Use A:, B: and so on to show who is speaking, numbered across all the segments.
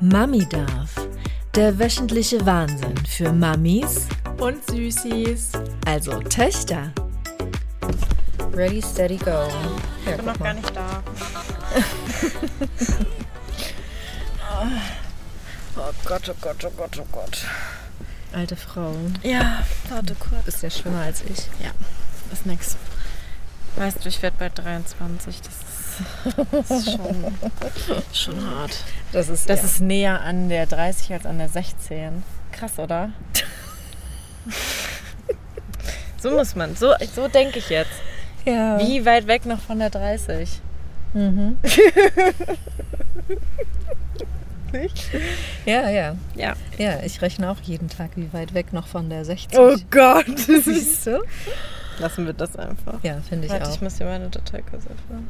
A: Mami darf. Der wöchentliche Wahnsinn für Mamis,
B: und Süßis.
A: also Töchter.
C: Ready, steady, go. Ja,
B: Ich bin
C: guck
B: noch
C: mal.
B: gar nicht da. oh Gott, oh Gott, oh Gott, oh Gott.
C: Alte Frau.
B: Ja, warte kurz.
C: Ist ja schlimmer als ich.
B: Ist nix. Weißt du, ich werde bald 23. Das ist, das ist schon, schon hart.
C: Das ist.
B: Das
C: ja.
B: ist näher an der 30 als an der 16. Krass, oder? so muss man. So, so denke ich jetzt.
C: Ja.
B: Wie weit weg noch von der 30?
C: Mhm. ja, ja.
B: Ja.
C: Ja, ich rechne auch jeden Tag, wie weit weg noch von der 60.
B: Gott.
C: Siehst du?
B: Lassen wir das einfach.
C: Ja, finde ich
B: Warte,
C: auch.
B: ich muss hier meine Datei kurz öffnen.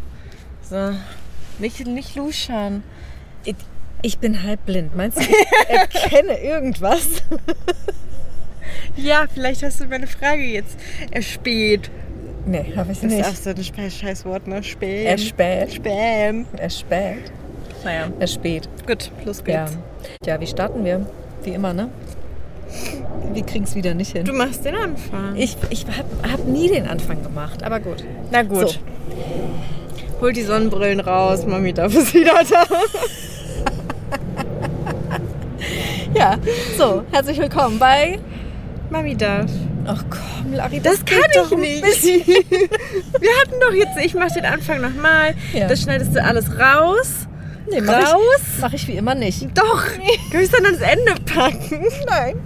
B: So. Nicht, nicht luschern.
C: Ich bin halb blind. Meinst du, ich erkenne irgendwas?
B: Ja, vielleicht hast du meine Frage jetzt erspäht.
C: Nee, habe ich
B: Das ist auch
C: nicht.
B: so ein spe- scheiß Wort, ne? Spähen.
C: Erspät.
B: Spähen.
C: Erspät.
B: Naja,
C: Erspät.
B: gut, los
C: Ja.
B: geht's.
C: ja, wie starten wir? Wie immer, ne? Wir kriegen es wieder nicht
B: Du
C: hin.
B: machst den Anfang.
C: Ich, ich habe hab nie den Anfang gemacht, aber gut.
B: Na gut. Hol die Sonnenbrillen raus, Mami darf es wieder da.
C: Ja, so, herzlich willkommen bei.
B: Mami darf.
C: Ach komm, Larry,
B: Das kann
C: geht
B: ich
C: doch ein
B: nicht.
C: bisschen.
B: Wir hatten doch jetzt, ich mach den Anfang nochmal.
C: Ja.
B: Das schneidest du alles raus.
C: Nee, mach ich,
B: Raus.
C: mach ich wie immer nicht.
B: Doch. Kann ich dann ans Ende packen? Nein.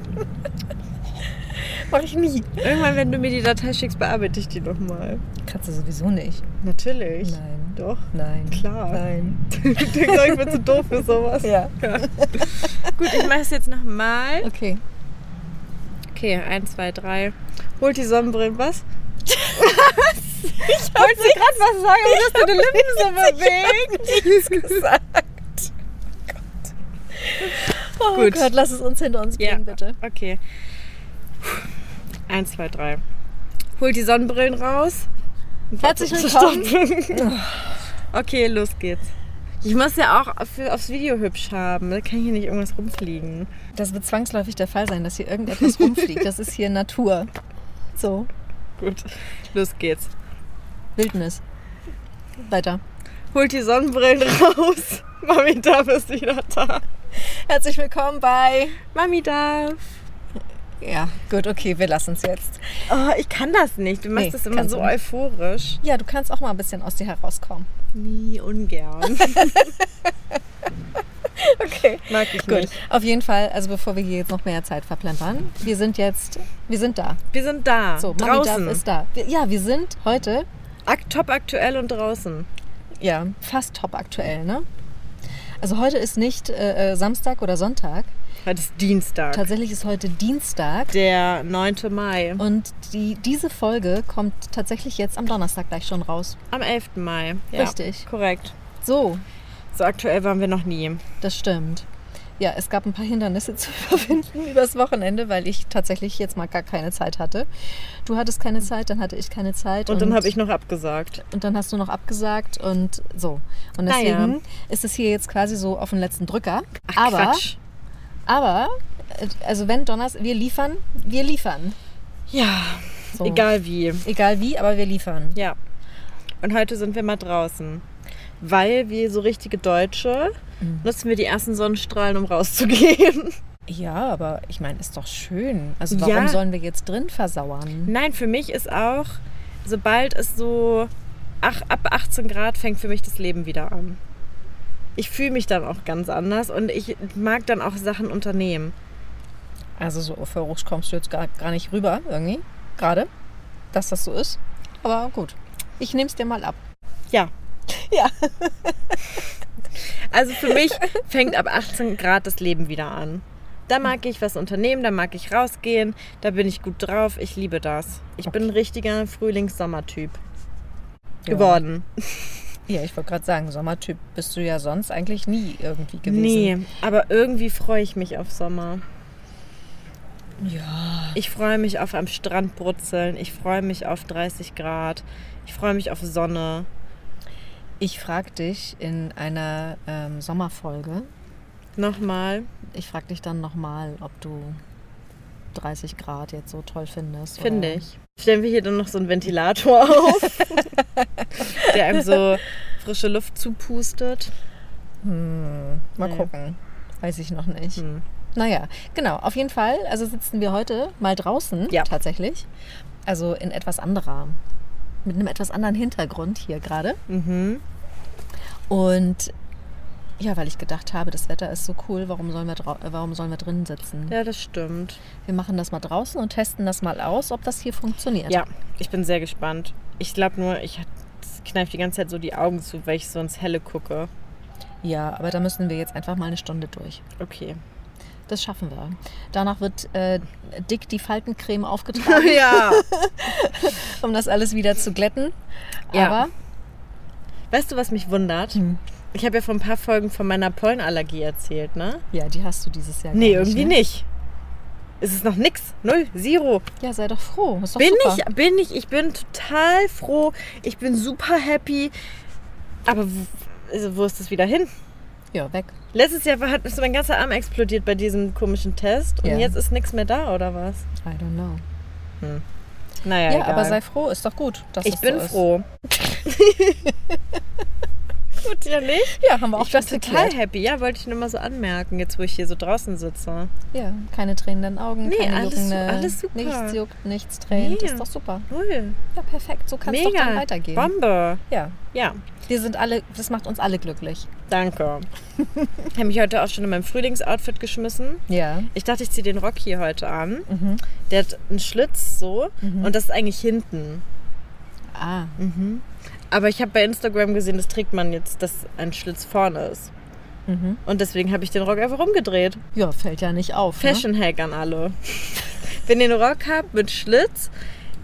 C: Mach ich nie.
B: Irgendwann, wenn du mir die Datei schickst, bearbeite ich die nochmal.
C: Kannst du sowieso nicht.
B: Natürlich.
C: Nein.
B: Doch.
C: Nein.
B: Klar.
C: Nein.
B: Du denkst, ich bin zu doof für sowas.
C: Ja.
B: Gut, ich mache es jetzt nochmal.
C: Okay.
B: Okay, 1, 2, 3. Holt die Sonnenbrille, was?
C: Ich wollte dir gerade was sagen, aber
B: um
C: dass deine Lippen so bewegt. Nichts gesagt. Oh
B: Gut.
C: Gott, lass es uns hinter uns
B: Ja.
C: bringen, bitte.
B: Okay. 1, 2, 3. Holt die Sonnenbrillen raus.
C: Herzlich willkommen.
B: Okay, los geht's. Ich muss ja auch für, aufs Video hübsch haben. Da kann hier nicht irgendwas rumfliegen.
C: Das wird zwangsläufig der Fall sein, dass hier irgendetwas rumfliegt. Das ist hier Natur. So,
B: Gut, los geht's.
C: Wildnis. Weiter.
B: Holt die Sonnenbrillen raus. Mami darf ist wieder da.
C: Herzlich willkommen bei.
B: Mami darf.
C: Ja, gut, okay, wir lassen es jetzt.
B: Oh, ich kann das nicht. Du machst
C: Nee,
B: das immer
C: kannst
B: so
C: du nicht.
B: euphorisch.
C: Ja, du kannst auch mal ein bisschen aus dir herauskommen.
B: Nie ungern.
C: Okay.
B: Mag ich
C: Gut,
B: nicht.
C: auf jeden Fall, also bevor wir hier jetzt noch mehr Zeit verplempern, wir sind jetzt, wir sind da.
B: Wir sind da.
C: So, Mami
B: draußen.
C: Dab ist da. Wir, ja, wir sind heute,
B: Ak top aktuell und draußen.
C: ja, fast top aktuell, ne? Also heute ist nicht äh, äh, Samstag oder Sonntag.
B: Heute ist Dienstag.
C: Tatsächlich ist heute Dienstag.
B: der 9. Mai.
C: Und die, diese Folge kommt tatsächlich jetzt am Donnerstag gleich schon raus.
B: Am 11. Mai.
C: Richtig.
B: Korrekt.
C: So,
B: So aktuell waren wir noch nie.
C: das stimmt. Ja, es gab ein paar Hindernisse zu überwinden übers Wochenende, weil ich tatsächlich jetzt mal gar keine Zeit hatte. Du hattest keine Zeit, dann hatte ich keine Zeit.
B: Und, dann habe ich noch abgesagt.
C: Und dann hast du noch abgesagt und so. Und
B: Naja.
C: deswegen ist es hier jetzt quasi so auf den letzten Drücker. aber,
B: Quatsch.
C: aber, äh, also wenn Donnerstag, wir liefern, wir liefern.
B: Ja,
C: So.
B: egal wie.
C: Egal wie, aber wir liefern.
B: Ja. Und heute sind wir mal draußen. Weil wir so richtige Deutsche
C: Mhm.
B: nutzen wir die ersten Sonnenstrahlen, um rauszugehen.
C: Ja, aber ich meine, ist doch schön. Also
B: Ja.
C: warum sollen wir jetzt drin versauern?
B: Nein, für mich ist auch, sobald es so ach, ab 18 Grad fängt für mich das Leben wieder an. Ich fühle mich dann auch ganz anders und ich mag dann auch Sachen unternehmen.
C: Also so euphorisch kommst du jetzt gar, gar nicht rüber irgendwie, gerade, dass das so ist. Aber gut, ich nehme es dir mal ab.
B: Ja.
C: Ja.
B: Also für mich fängt ab 18 Grad das Leben wieder an. Da mag ich was unternehmen, da mag ich rausgehen, da bin ich gut drauf, ich liebe das. Ich bin ein richtiger Frühlings-Sommer-Typ
C: Ja.
B: geworden.
C: Ja, ich wollte gerade sagen, Sommertyp bist du ja sonst eigentlich nie irgendwie gewesen.
B: Nee, aber irgendwie freue ich mich auf Sommer.
C: Ja,
B: Ich freue mich auf am Strand brutzeln, ich freue mich auf 30 Grad, ich freue mich auf Sonne.
C: ich frag dich in einer ähm, Sommerfolge,
B: Nochmal.
C: Ich frage dich dann nochmal, ob du 30 Grad jetzt so toll findest. oder-
B: Finde ich. Stellen wir hier dann noch so einen Ventilator auf, der einem so frische Luft zupustet.
C: Hm, mal
B: Naja.
C: gucken. Weiß ich noch nicht.
B: Hm.
C: Naja, genau. Auf jeden Fall, also sitzen wir heute mal draußen
B: Ja.
C: tatsächlich. Also in etwas anderer, mit einem etwas anderen Hintergrund hier gerade.
B: Mhm.
C: Und ja, weil ich gedacht habe, das Wetter ist so cool, warum sollen wir, drau äh, warum sollen wir drinnen sitzen?
B: Ja, das stimmt.
C: Wir machen das mal draußen und testen das mal aus, ob das hier funktioniert.
B: Ja, ich bin sehr gespannt. Ich glaube nur, ich kneife die ganze Zeit so die Augen zu, weil ich so ins Helle gucke.
C: ja, aber da müssen wir jetzt einfach mal eine Stunde durch.
B: Okay.
C: Das schaffen wir. Danach wird äh, dick die Faltencreme aufgetragen.
B: ja.
C: um das alles wieder zu glätten.
B: Ja.
C: Aber
B: Weißt du, was mich wundert?
C: Hm.
B: Ich habe ja vor ein paar Folgen von meiner Pollenallergie erzählt, ne?
C: ja, die hast du dieses Jahr.
B: Nee,
C: gar
B: irgendwie
C: ne?
B: nicht. Es ist noch nix. Null, zero.
C: Ja, sei doch froh. Ist doch
B: Bin
C: super.
B: ich, bin ich. Ich bin total froh. Ich bin super happy. Aber w- also wo ist das wieder hin?
C: Ja, weg.
B: Letztes Jahr war, hat ist mein ganzer Arm explodiert bei diesem komischen Test. Und
C: Ja.
B: jetzt ist nichts mehr da, oder was?
C: I don't know.
B: Naja,
C: Ja,
B: egal.
C: aber sei froh. Ist doch gut, dass
B: Ich
C: das
B: bin
C: so ist.
B: froh. Gut, ja nicht?
C: Ja, haben wir auch
B: ich
C: das
B: bin total
C: geklärt.
B: happy. Ja, wollte ich nur mal so anmerken, jetzt wo ich hier so draußen sitze.
C: Ja, keine tränenden Augen,
B: Nee,
C: keine
B: alles
C: juckende,
B: su- alles super.
C: nichts juckt, nichts tränt.
B: Nee.
C: Ist doch super.
B: Cool.
C: Ja, perfekt. So kann es doch
B: Mega.
C: dann weitergehen.
B: Bombe.
C: Ja,
B: Ja,
C: wir sind alle, das macht uns alle glücklich.
B: danke. ich habe mich heute auch schon in meinem Frühlingsoutfit geschmissen.
C: Ja.
B: Ich dachte, ich ziehe den Rock hier heute an.
C: Mhm.
B: Der hat einen Schlitz so
C: Mhm.
B: und das ist eigentlich hinten.
C: Ah,
B: Aber ich habe bei Instagram gesehen, das trägt man jetzt, dass ein Schlitz vorne ist.
C: mhm.
B: Und deswegen habe ich den Rock einfach rumgedreht.
C: ja, fällt ja nicht auf. ne?
B: Fashion Hack an alle. Wenn ihr einen Rock habt mit Schlitz,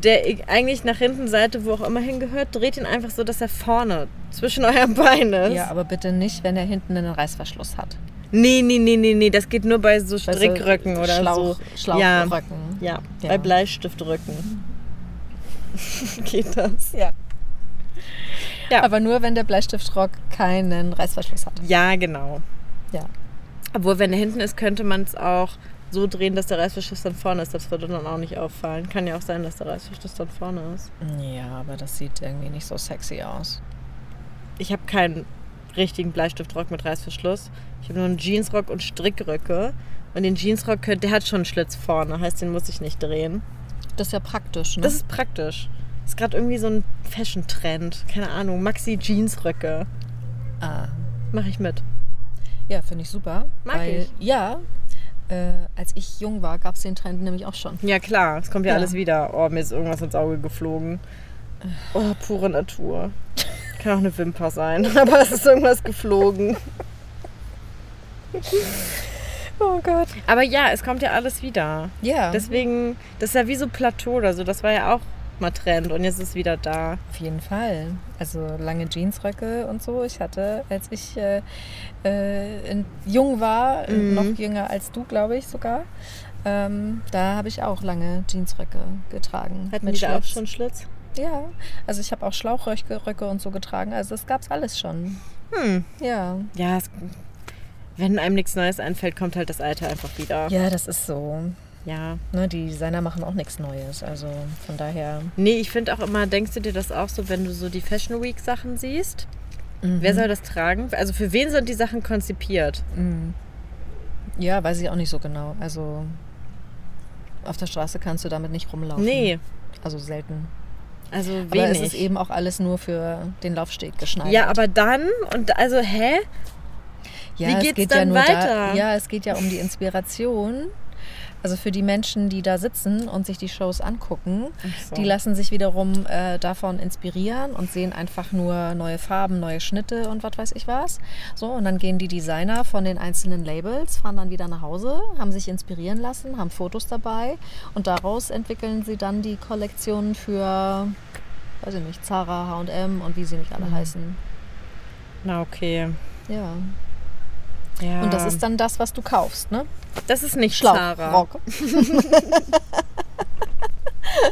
B: der eigentlich nach hinten Seite, wo auch immer hingehört, dreht ihn einfach so, dass er vorne zwischen euren Beinen ist.
C: Ne? Ja, aber bitte nicht, wenn er hinten einen Reißverschluss hat.
B: Nee, nee, nee, nee, nee, das geht nur bei so
C: Weißt du,
B: Strickröcken oder
C: Schlauch,
B: so.
C: Schlauchrücken.
B: Ja, ja,
C: Ja.
B: bei Bleistiftrücken. geht das?
C: Ja.
B: Ja.
C: Aber nur, wenn der Bleistiftrock keinen Reißverschluss hat.
B: Ja, genau.
C: Ja.
B: Obwohl, wenn er hinten ist, könnte man es auch so drehen, dass der Reißverschluss dann vorne ist. Das würde dann auch nicht auffallen. Kann ja auch sein, dass der Reißverschluss dann vorne ist.
C: Ja, aber das sieht irgendwie nicht so sexy aus.
B: Ich habe keinen richtigen Bleistiftrock mit Reißverschluss. Ich habe nur einen Jeansrock und Strickröcke. Und den Jeansrock, könnt- der hat schon einen Schlitz vorne, heißt, den muss ich nicht drehen.
C: Das ist ja praktisch, ne?
B: Das ist praktisch. Ist gerade irgendwie so ein Fashion-Trend. Keine Ahnung, Maxi-Jeansröcke.
C: ah.
B: Mache ich mit.
C: Ja, finde ich super.
B: Mag
C: weil,
B: ich.
C: Ja, äh, als ich jung war, gab es den Trend nämlich auch schon.
B: Ja, klar, es kommt ja,
C: Ja.
B: alles wieder. Oh, mir ist irgendwas ins Auge geflogen. Oh, pure Natur. Kann auch eine Wimper sein, aber es ist irgendwas geflogen.
C: Oh Gott.
B: Aber ja, es kommt ja alles wieder.
C: Ja,
B: Deswegen, das ist ja wie so Plateau oder so. Das war ja auch mal Trend und jetzt ist es wieder da.
C: auf jeden Fall. Also lange Jeansröcke und so. Ich hatte, als ich äh, äh, in, jung war,
B: Mhm.
C: noch jünger als du, glaube ich sogar, ähm, da habe ich auch lange Jeansröcke getragen.
B: Hatten
C: mit
B: die da auch
C: Schlitz.
B: schon Schlitz?
C: Ja, also ich habe auch Schlauchröcke Röcke und so getragen. Also es gab's alles schon.
B: Hm.
C: Ja.
B: Ja, es, wenn einem nichts Neues einfällt, kommt halt das Alter einfach wieder.
C: Ja, das ist so.
B: ja.
C: Ne, die Designer machen auch nichts Neues. Also von daher.
B: Nee, ich finde auch immer, denkst du dir das auch so, wenn du so die Fashion Week Sachen siehst?
C: Mhm.
B: Wer soll das tragen? Also für wen sind die Sachen konzipiert?
C: Mm. Ja, weiß ich auch nicht so genau. Also auf der Straße kannst du damit nicht rumlaufen.
B: Nee,
C: Also selten.
B: also
C: Aber
B: wenig.
C: es ist eben auch alles nur für den Laufsteg geschneidert.
B: ja, aber dann und also hä?
C: Ja,
B: Wie
C: es
B: geht's
C: geht ja
B: dann
C: nur Da,
B: weiter?
C: ja, es geht ja um die Inspiration. Also für die Menschen, die da sitzen und sich die Shows angucken, die lassen sich wiederum äh, davon inspirieren und sehen einfach nur neue Farben, neue Schnitte und was weiß ich was. So, und dann gehen die Designer von den einzelnen Labels, fahren dann wieder nach Hause, haben sich inspirieren lassen, haben Fotos dabei und daraus entwickeln sie dann die Kollektionen für, weiß ich nicht, Zara, HM und wie sie nicht alle
B: Mhm.
C: heißen.
B: Na okay.
C: Ja.
B: Ja.
C: Und das ist dann das, was du kaufst, ne?
B: das ist nicht Sarah.
C: Schlauchrock.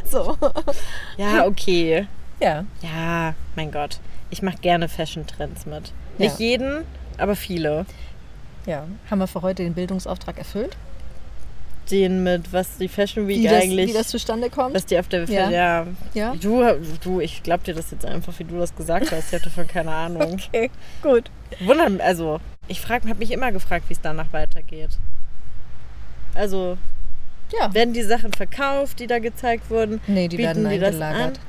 C: so.
B: Ja, okay.
C: Ja.
B: Ja, mein Gott. Ich mache gerne Fashion Trends mit.
C: Ja.
B: Nicht jeden, aber viele.
C: Ja, haben wir für heute den Bildungsauftrag erfüllt?
B: Den mit, was die Fashion Week
C: Wie das,
B: eigentlich,
C: wie das zustande kommt?
B: was die auf der,
C: Ja.
B: ja. ja,
C: ja.
B: Du, du, ich glaub dir das jetzt einfach, wie du das gesagt hast. Ich hatte von keine Ahnung.
C: Okay, gut.
B: Wundern, also ich frage, habe mich immer gefragt, wie es danach weitergeht. Also
C: Ja.
B: werden die Sachen verkauft, die da gezeigt wurden?
C: Nee, die
B: Bieten
C: werden
B: die das
C: eingelagert.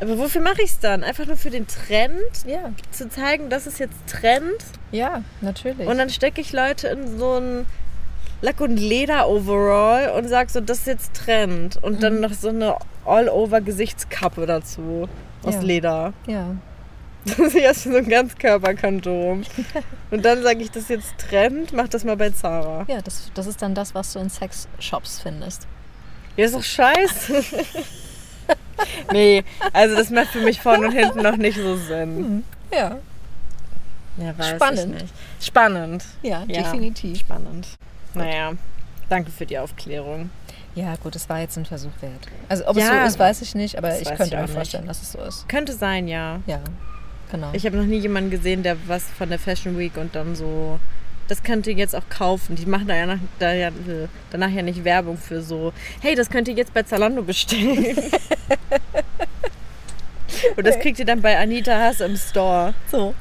B: Aber wofür mache ich es dann? Einfach nur für den Trend,
C: Ja,
B: zu zeigen, das ist jetzt Trend.
C: ja, natürlich.
B: Und dann stecke ich Leute in so ein Lack- und Leder-Overall und sage so, das ist jetzt Trend. Und dann noch so eine All-Over-Gesichtskappe dazu. Aus
C: Ja.
B: Leder.
C: ja.
B: Das ist erst so ein Ganzkörperkondom. Und dann sage ich, das ist jetzt Trend, mach das mal bei Zara.
C: ja das, das ist dann das, was du in Sexshops findest.
B: Ja, ist doch scheiße. nee, also das macht für mich vorne und hinten noch nicht so Sinn.
C: Ja,
B: Ja,
C: ich
B: nicht. Spannend.
C: ja,
B: Ja.
C: definitiv.
B: Spannend. Naja, danke für die Aufklärung.
C: Ja, gut, es war jetzt ein Versuch wert. Also, ob
B: Ja.
C: es so ist, weiß ich nicht, aber
B: Das
C: ich
B: weiß
C: könnte
B: ich auch
C: mir
B: nicht.
C: vorstellen, dass es so ist.
B: Könnte sein, ja.
C: Ja, genau.
B: Ich habe noch nie jemanden gesehen, der was von der Fashion Week und dann so. Das könnt ihr jetzt auch kaufen. Die machen da ja nach, da ja, danach ja nicht Werbung für so, hey, das könnt ihr jetzt bei Zalando bestellen. und das kriegt ihr dann bei Anita Hass im Store.
C: so.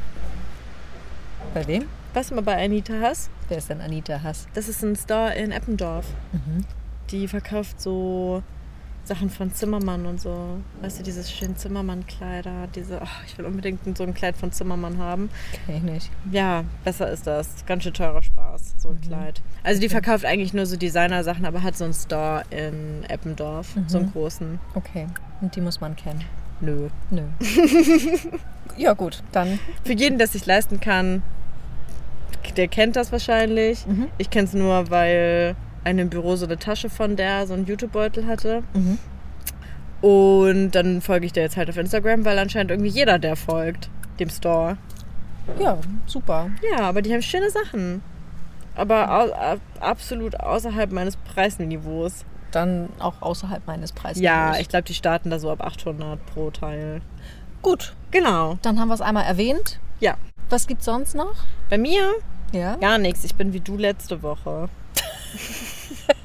C: Bei wem?
B: Warst du mal bei Anita Hass?
C: Wer ist denn Anita Hass?
B: Das ist ein Store in Eppendorf. Die verkauft so Sachen von Zimmermann und so. Weißt du, diese schönen Zimmermann-Kleider, diese, oh, ich will unbedingt so ein Kleid von Zimmermann haben.
C: Kenn ich nicht.
B: Ja, besser ist das. Ganz schön teurer Spaß, so ein
C: Mhm.
B: Kleid. Also die verkauft eigentlich nur so Designer-Sachen, aber hat so einen Store in Eppendorf, so
C: Mhm.
B: einen großen.
C: Okay, und die muss man kennen.
B: Nö.
C: Nö. ja, gut, dann.
B: Für jeden, der sich leisten kann, der kennt das wahrscheinlich.
C: Mhm.
B: Ich kenne es nur, weil eine im Büro so eine Tasche von der so einen Jutebeutel hatte.
C: Mhm.
B: Und dann folge ich der jetzt halt auf Instagram, weil anscheinend irgendwie jeder der folgt, dem Store.
C: Ja, super.
B: Ja, aber die haben schöne Sachen. Aber au ab, absolut außerhalb meines Preisniveaus.
C: Dann auch außerhalb meines Preises.
B: Ja, ich glaube, die starten da so ab 800 pro Teil.
C: Gut,
B: Genau.
C: dann haben wir es einmal erwähnt.
B: Ja.
C: Was gibt's sonst noch?
B: Bei mir
C: Ja.
B: gar nichts. Ich bin wie du letzte Woche. ich habe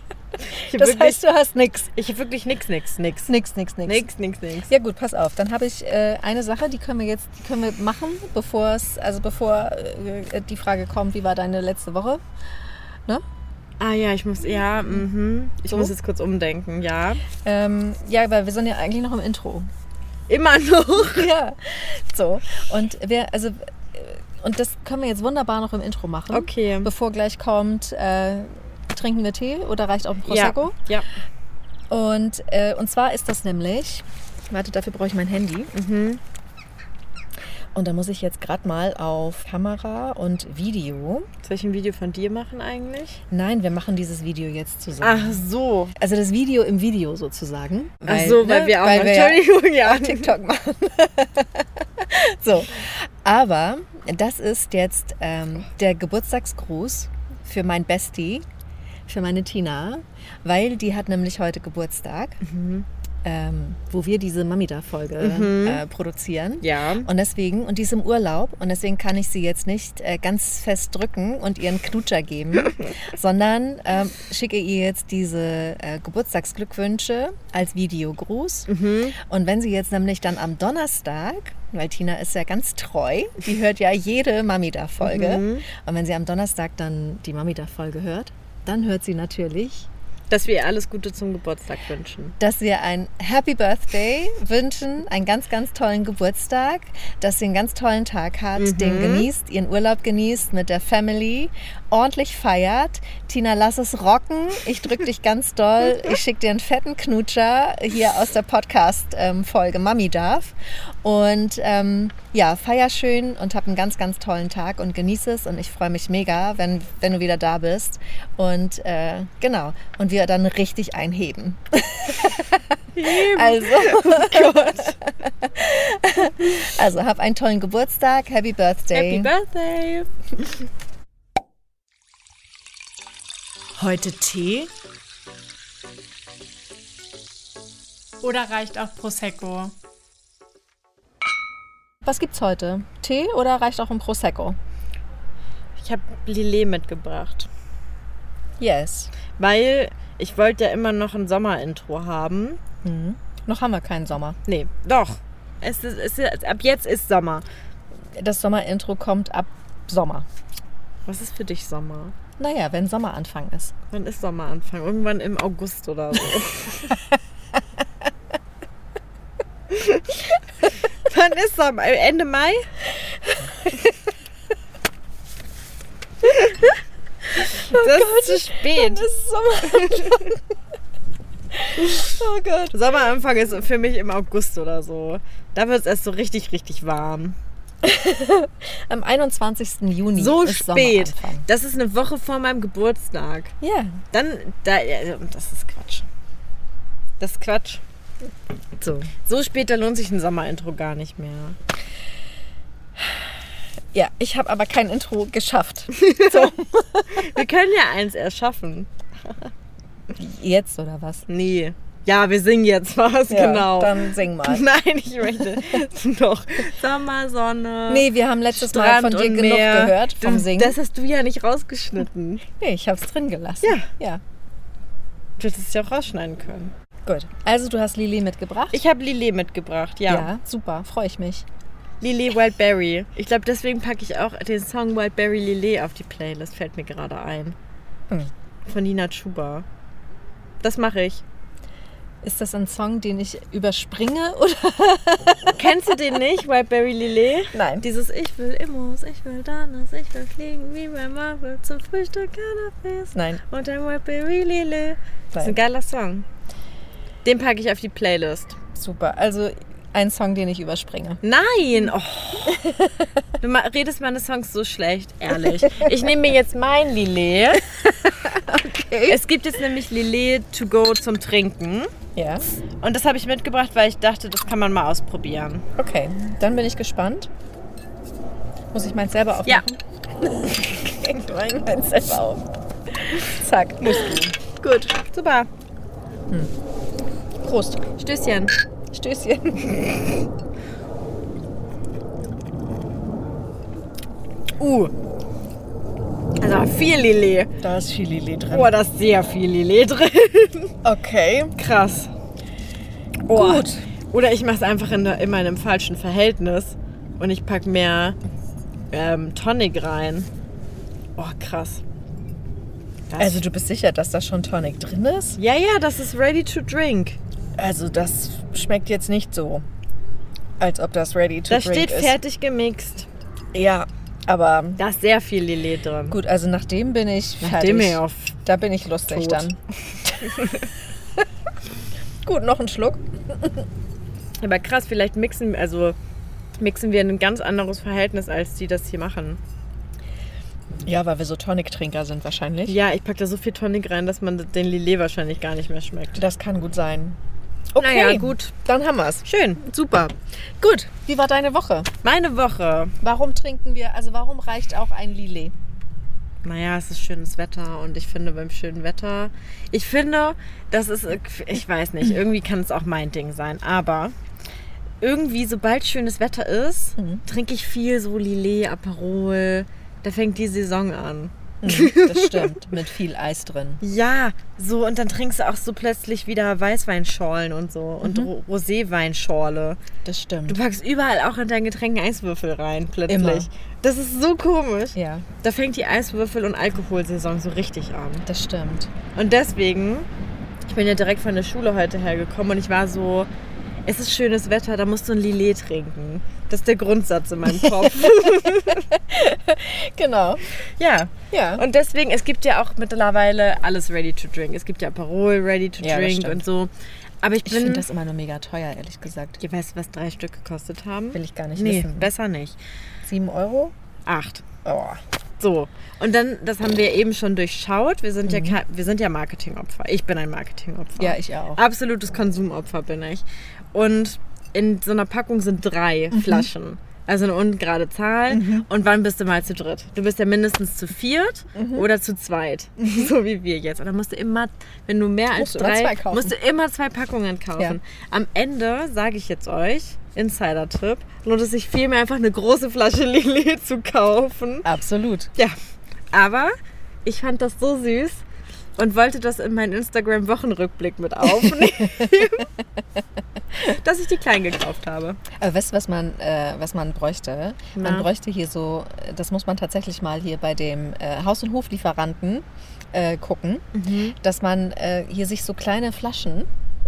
C: Das
B: wirklich,
C: heißt, du hast nix.
B: ich hab wirklich nix, nix, nix.
C: Nix, nix, nix.
B: Nix, nix, nix.
C: Ja gut, pass auf. Dann habe ich äh, eine Sache, die können wir jetzt, die können wir machen, bevor es, also bevor äh, die Frage kommt, wie war deine letzte Woche?
B: Ah ja, ich muss, ja, mhm. Ich
C: So?
B: muss jetzt kurz umdenken, ja.
C: Ähm, ja, weil wir sind ja eigentlich noch im Intro.
B: Immer noch.
C: ja. So. Und wir, also, äh, und das können wir jetzt wunderbar noch im Intro machen.
B: Okay.
C: Bevor gleich kommt, äh, trinken wir Tee oder reicht auch ein Prosecco?
B: Ja.
C: Und, äh, und zwar ist das nämlich, warte, dafür brauche ich mein Handy.
B: ja. Mhm.
C: Und da muss ich jetzt gerade mal auf Kamera und Video.
B: Soll ich ein Video von dir machen eigentlich?
C: Nein, wir machen dieses Video jetzt zusammen.
B: Ach so.
C: Also das Video im Video sozusagen.
B: Ach so, weil
C: ne,
B: wir auch.
C: weil wir ja
B: Entschuldigung, ja.
C: TikTok machen. so, aber das ist jetzt ähm, der Geburtstagsgruß für mein Bestie, für meine Tina, weil die hat nämlich heute Geburtstag, ähm, wo wir diese Mamida-Folge äh, produzieren.
B: Ja.
C: Und deswegen, und die ist im Urlaub, und deswegen kann ich sie jetzt nicht äh, ganz fest drücken und ihren Knutscher geben, sondern ähm, schicke ihr jetzt diese äh, Geburtstagsglückwünsche als Videogruß. Und wenn sie jetzt nämlich dann am Donnerstag, weil Tina ist ja ganz treu, die hört ja jede Mamida-Folge, und wenn sie am Donnerstag dann die Mamida-Folge hört, dann hört sie natürlich
B: Dass wir ihr alles Gute zum Geburtstag wünschen.
C: dass wir ein Happy Birthday wünschen, einen ganz, ganz tollen Geburtstag, dass sie einen ganz tollen Tag hat, den genießt, ihren Urlaub genießt mit der Family, ordentlich feiert. Tina, lass es rocken. Ich drück dich ganz doll. Ich schicke dir einen fetten Knutscher hier aus der Podcast-Folge Mami darf. Und ähm, ja, feier schön und hab einen ganz, ganz tollen Tag und genieße es. Und ich freue mich mega, wenn, wenn du wieder da bist. Und äh, genau, und wir dann richtig einheben. Also,
B: Oh
C: also hab einen tollen Geburtstag. Happy Birthday.
B: Happy Birthday!
A: Heute Tee?
D: Oder reicht auch Prosecco?
C: Was gibt's heute? Tee oder reicht auch ein Prosecco?
B: Ich habe Lillet mitgebracht.
C: Yes.
B: Weil ich wollte ja immer noch ein Sommerintro haben.
C: Mhm. Noch haben wir keinen Sommer.
B: Nee, doch. Es ist, es ist, ab jetzt ist Sommer.
C: Das Sommerintro kommt ab Sommer.
B: Was ist für dich Sommer?
C: Naja, wenn Sommeranfang ist.
B: Wann ist Sommeranfang? Irgendwann im August oder so. Wann ist Sommer? Ende Mai? Das ist zu spät.
C: Oh ist Sommer. oh Gott.
B: Sommeranfang ist für mich im August oder so. Da wird es erst so richtig, richtig warm.
C: Am 21. Juni.
B: so
C: ist
B: spät.
C: Sommeranfang.
B: Das ist eine Woche vor meinem Geburtstag.
C: Ja.
B: Dann, da, also, das ist Quatsch. Das ist Quatsch.
C: So.
B: So spät, da lohnt sich ein Sommerintro gar nicht mehr.
C: Ja, ich habe aber kein Intro geschafft.
B: Wir können ja eins erschaffen.
C: Jetzt oder was?
B: Nee. Ja, wir singen jetzt was,
C: Ja,
B: genau.
C: Dann sing mal.
B: Nein, ich möchte noch Sommersonne.
C: Nee, wir haben letztes Mal von dir
B: und
C: genug
B: Meer.
C: gehört, vom
B: Das-
C: Singen.
B: Das hast du ja nicht rausgeschnitten.
C: nee, ich habe es drin gelassen.
B: Ja.
C: Ja,
B: Du hättest es ja auch rausschneiden können.
C: gut. Also, du hast Lili mitgebracht?
B: Ich habe Lillet mitgebracht, ja.
C: ja, super, freue ich mich.
B: Lillet Wildberry. Ich glaube, deswegen packe ich auch den Song Wildberry Lillet auf die Playlist, fällt mir gerade ein.
C: Hm.
B: Von Nina Chuba. Das mache ich.
C: Ist das ein Song, den ich überspringe oder?
B: Kennst du den nicht, Wildberry Lillet?
C: Nein.
B: Dieses Ich will Immos, ich will Donuts, ich will fliegen wie bei Marvel zum Frühstück Cannabis
C: Nein.
B: und ein Wildberry Lillet. Das ist
C: Nein.
B: ein geiler Song. Den packe ich auf die Playlist.
C: Super. Also ein Song, den ich überspringe.
B: Nein! Oh. Du ma- redest meine Songs so schlecht, ehrlich. Ich nehme mir jetzt mein Lillet. Okay. Es gibt jetzt nämlich Lillet to go zum Trinken.
C: Ja.
B: Und das habe ich mitgebracht, weil ich dachte, das kann man mal ausprobieren.
C: Okay, dann bin ich gespannt. Muss ich meins selber
B: Ja.
C: aufmachen? Ja. Ich mache meins selber auf. Zack.
B: Gut. Super.
C: Prost.
B: Stößchen.
C: Stößchen. Uh,
B: Also viel Lillet.
C: da ist Chili drin.
B: Boah, da ist sehr viel Lillet drin.
C: Okay.
B: Krass. Oh. Boah.
C: Gut.
B: Oder ich mache es einfach in, in meinem falschen Verhältnis und ich packe mehr ähm, Tonic rein. Oh, krass. Das,
C: Also du bist sicher, dass da schon Tonic drin ist?
B: ja, ja, das ist ready to drink.
C: Also das schmeckt jetzt nicht so, als ob das ready to
B: Da
C: drink
B: steht
C: ist.
B: fertig gemixt.
C: Ja, aber
B: Da ist sehr viel Lillet drin.
C: gut, also nachdem bin ich fertig.
B: Nachdem ihr auf.
C: Da bin ich lustig
B: Tot.
C: dann. Gut, noch ein Schluck.
B: Aber krass, vielleicht mixen, also mixen wir ein ganz anderes Verhältnis, als die das hier machen.
C: Ja, weil wir so Tonic-Trinker sind wahrscheinlich.
B: Ja, ich packe da so viel Tonic rein, dass man den Lillet wahrscheinlich gar nicht mehr schmeckt.
C: Das kann gut sein. Okay,
B: Naja, gut.
C: Dann haben wir's.
B: Schön. Super.
C: Gut, wie war deine Woche?
B: Meine Woche.
C: Warum trinken wir, also warum reicht auch ein Lillet?
B: Naja, es ist schönes Wetter und ich finde beim schönen Wetter, ich finde, das ist, ich weiß
C: Mhm.
B: nicht, irgendwie kann es auch mein Ding sein, aber irgendwie, sobald schönes Wetter ist,
C: Mhm.
B: trinke ich viel so Lillet, Aperol, da fängt die Saison an.
C: Das stimmt, mit viel Eis drin.
B: Ja, so und dann trinkst du auch so plötzlich wieder Weißweinschorlen und so und
C: Mhm.
B: Ro Roséweinschorle.
C: Das
B: Du
C: stimmt.
B: packst überall auch in deinen Getränken Eiswürfel rein, plötzlich.
C: Immer.
B: Das ist so komisch.
C: Ja,
B: Da fängt die Eiswürfel- und Alkoholsaison so richtig an.
C: das stimmt.
B: Und deswegen, ich bin ja direkt von der Schule heute hergekommen und ich war so, es ist schönes Wetter, da musst du ein Lillet trinken. Das ist der Grundsatz in meinem Kopf.
C: Genau.
B: ja.
C: Ja.
B: Und deswegen, es gibt ja auch mittlerweile alles ready to drink. Es gibt ja Parol ready to
C: Ja, das
B: drink
C: stimmt.
B: und so. Aber ich
C: ich
B: bin.
C: finde das immer nur mega teuer, ehrlich gesagt.
B: ihr weißt, was drei Stück gekostet haben?
C: Will ich gar nicht
B: nee,
C: wissen.
B: besser nicht.
C: Sieben Euro?
B: Acht.
C: Oh.
B: So. Und dann, das haben wir eben schon durchschaut. Wir sind, ja, ke- wir sind ja Marketingopfer. Ich bin ein Marketingopfer.
C: Mhm. Ja, ich auch. Mhm.
B: Absolutes Konsumopfer bin ich. Und in so einer Packung sind drei Flaschen. Also eine ungerade Zahl. Und wann bist du mal zu dritt? Du bist ja mindestens zu viert
C: Mhm.
B: oder zu zweit. So wie wir jetzt. Und dann musst du immer, wenn du mehr als
C: Musst du immer
B: drei,
C: zwei kaufen.
B: musst du immer zwei Packungen kaufen.
C: Ja.
B: Am Ende sage ich jetzt euch, Insider-Tipp, lohnt es sich vielmehr einfach eine große Flasche Lillet zu kaufen.
C: Absolut.
B: Ja, aber ich fand das so süß und wollte das in meinen Instagram-Wochenrückblick mit aufnehmen, dass ich die klein gekauft habe.
C: Aber weißt du, was man, äh, was man bräuchte? Man
B: Na?
C: bräuchte hier so, äh, das muss man tatsächlich mal hier bei dem äh, Haus- und Hoflieferanten äh, gucken,
B: Mhm.
C: dass man äh, hier sich so kleine Flaschen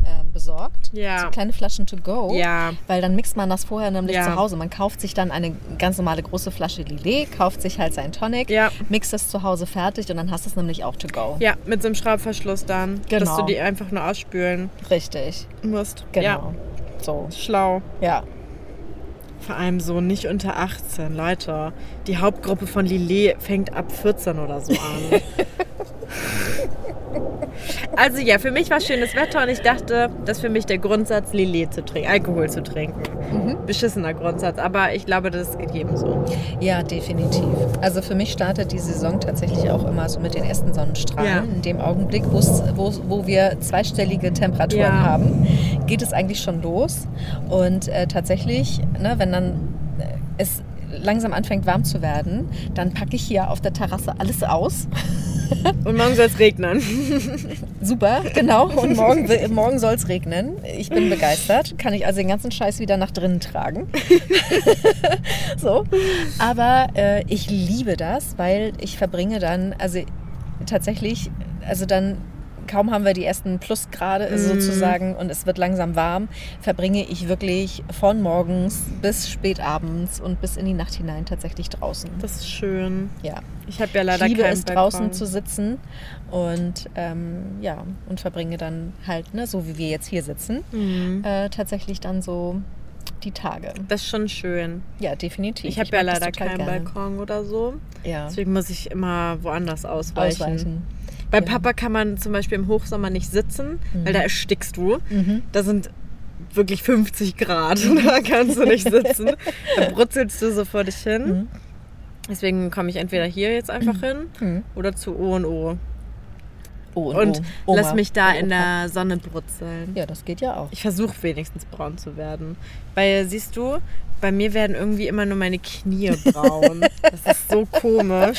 C: äh, besorgt.
B: Ja.
C: So kleine Flaschen to go.
B: Ja.
C: Weil dann mixt man das vorher nämlich
B: Ja.
C: zu Hause. Man kauft sich dann eine ganz normale große Flasche Lillet, kauft sich halt seinen Tonic,
B: Ja.
C: mixt das zu Hause fertig und dann hast du es nämlich auch to go.
B: Ja, mit so einem Schraubverschluss dann, dass
C: Genau.
B: du die einfach nur ausspülen
C: Richtig.
B: musst.
C: Genau. So.
B: Ja, schlau.
C: Ja.
B: Vor allem so nicht unter 18, Leute. Die Hauptgruppe von Lillet fängt ab 14 oder so an. also ja, für mich war schönes Wetter und ich dachte, das ist für mich der Grundsatz, Lillet zu trinken, Alkohol zu trinken.
C: Mhm.
B: Beschissener Grundsatz, aber ich glaube, das geht jedem so.
C: Ja, definitiv. Also für mich startet die Saison tatsächlich auch immer so mit den ersten Sonnenstrahlen.
B: Ja.
C: In dem Augenblick, wo's- wo, wo wir zweistellige Temperaturen
B: Ja.
C: haben, geht es eigentlich schon los. Und äh, tatsächlich, ne, wenn dann äh, es langsam anfängt warm zu werden, dann packe ich hier auf der Terrasse alles aus.
B: Und morgen soll es regnen.
C: Super, genau. Und morgen, wi- morgen soll es regnen. Ich bin begeistert. Kann ich also den ganzen Scheiß wieder nach drinnen tragen. so. Aber äh, ich liebe das, weil ich verbringe dann, also tatsächlich, also dann kaum haben wir die ersten Plusgrade sozusagen und es wird langsam warm, verbringe ich wirklich von morgens bis spätabends und bis in die Nacht hinein tatsächlich draußen.
B: Das ist schön.
C: Ja.
B: Ich habe ja leider
C: ich liebe
B: keinen
C: es draußen
B: Balkon.
C: zu sitzen und ähm, ja und verbringe dann halt ne, so wie wir jetzt hier sitzen
B: Mhm.
C: äh, tatsächlich dann so die Tage
B: Das ist schon schön.
C: ja definitiv
B: Ich habe ja
C: mag das
B: leider
C: total
B: keinen
C: gerne.
B: Balkon oder so.
C: ja
B: Deswegen muss ich immer woanders ausweichen.
C: ausweichen
B: Bei
C: Ja. Mhm.
B: Papa kann man zum Beispiel im Hochsommer nicht sitzen, weil da erstickst du. Da sind wirklich 50 Grad, da kannst du nicht sitzen. Da brutzelst du so vor dich hin. Deswegen komme ich entweder hier jetzt einfach hin
C: Mhm.
B: oder zu O und O
C: oh,
B: und
C: Oma.
B: lass mich da
C: Und
B: in
C: Opa.
B: der Sonne brutzeln.
C: ja das geht ja auch
B: Ich versuche wenigstens braun zu werden, weil siehst du, bei mir werden irgendwie immer nur meine Knie braun. das ist so komisch.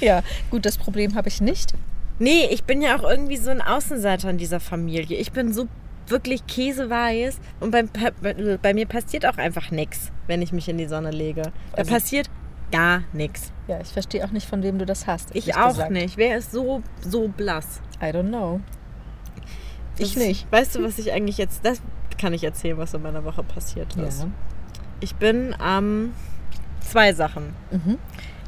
C: ja gut das Problem habe ich nicht
B: Nee, ich bin ja auch irgendwie so ein Außenseiter in dieser Familie. Ich bin so wirklich käseweiß und beim, Pa- bei, bei mir passiert auch einfach nichts, wenn ich mich in die Sonne lege. Da
C: Also-
B: passiert gar nichts.
C: ja ich verstehe auch nicht von wem du das hast
B: Ich
C: ehrlich
B: auch
C: gesagt.
B: nicht. Wer ist so, so blass?
C: I don't know Ich nicht.
B: Weißt du, was ich eigentlich jetzt. Das kann ich erzählen, was in meiner Woche passiert ist.
C: ja
B: Ich bin am. zwei Sachen.
C: mhm.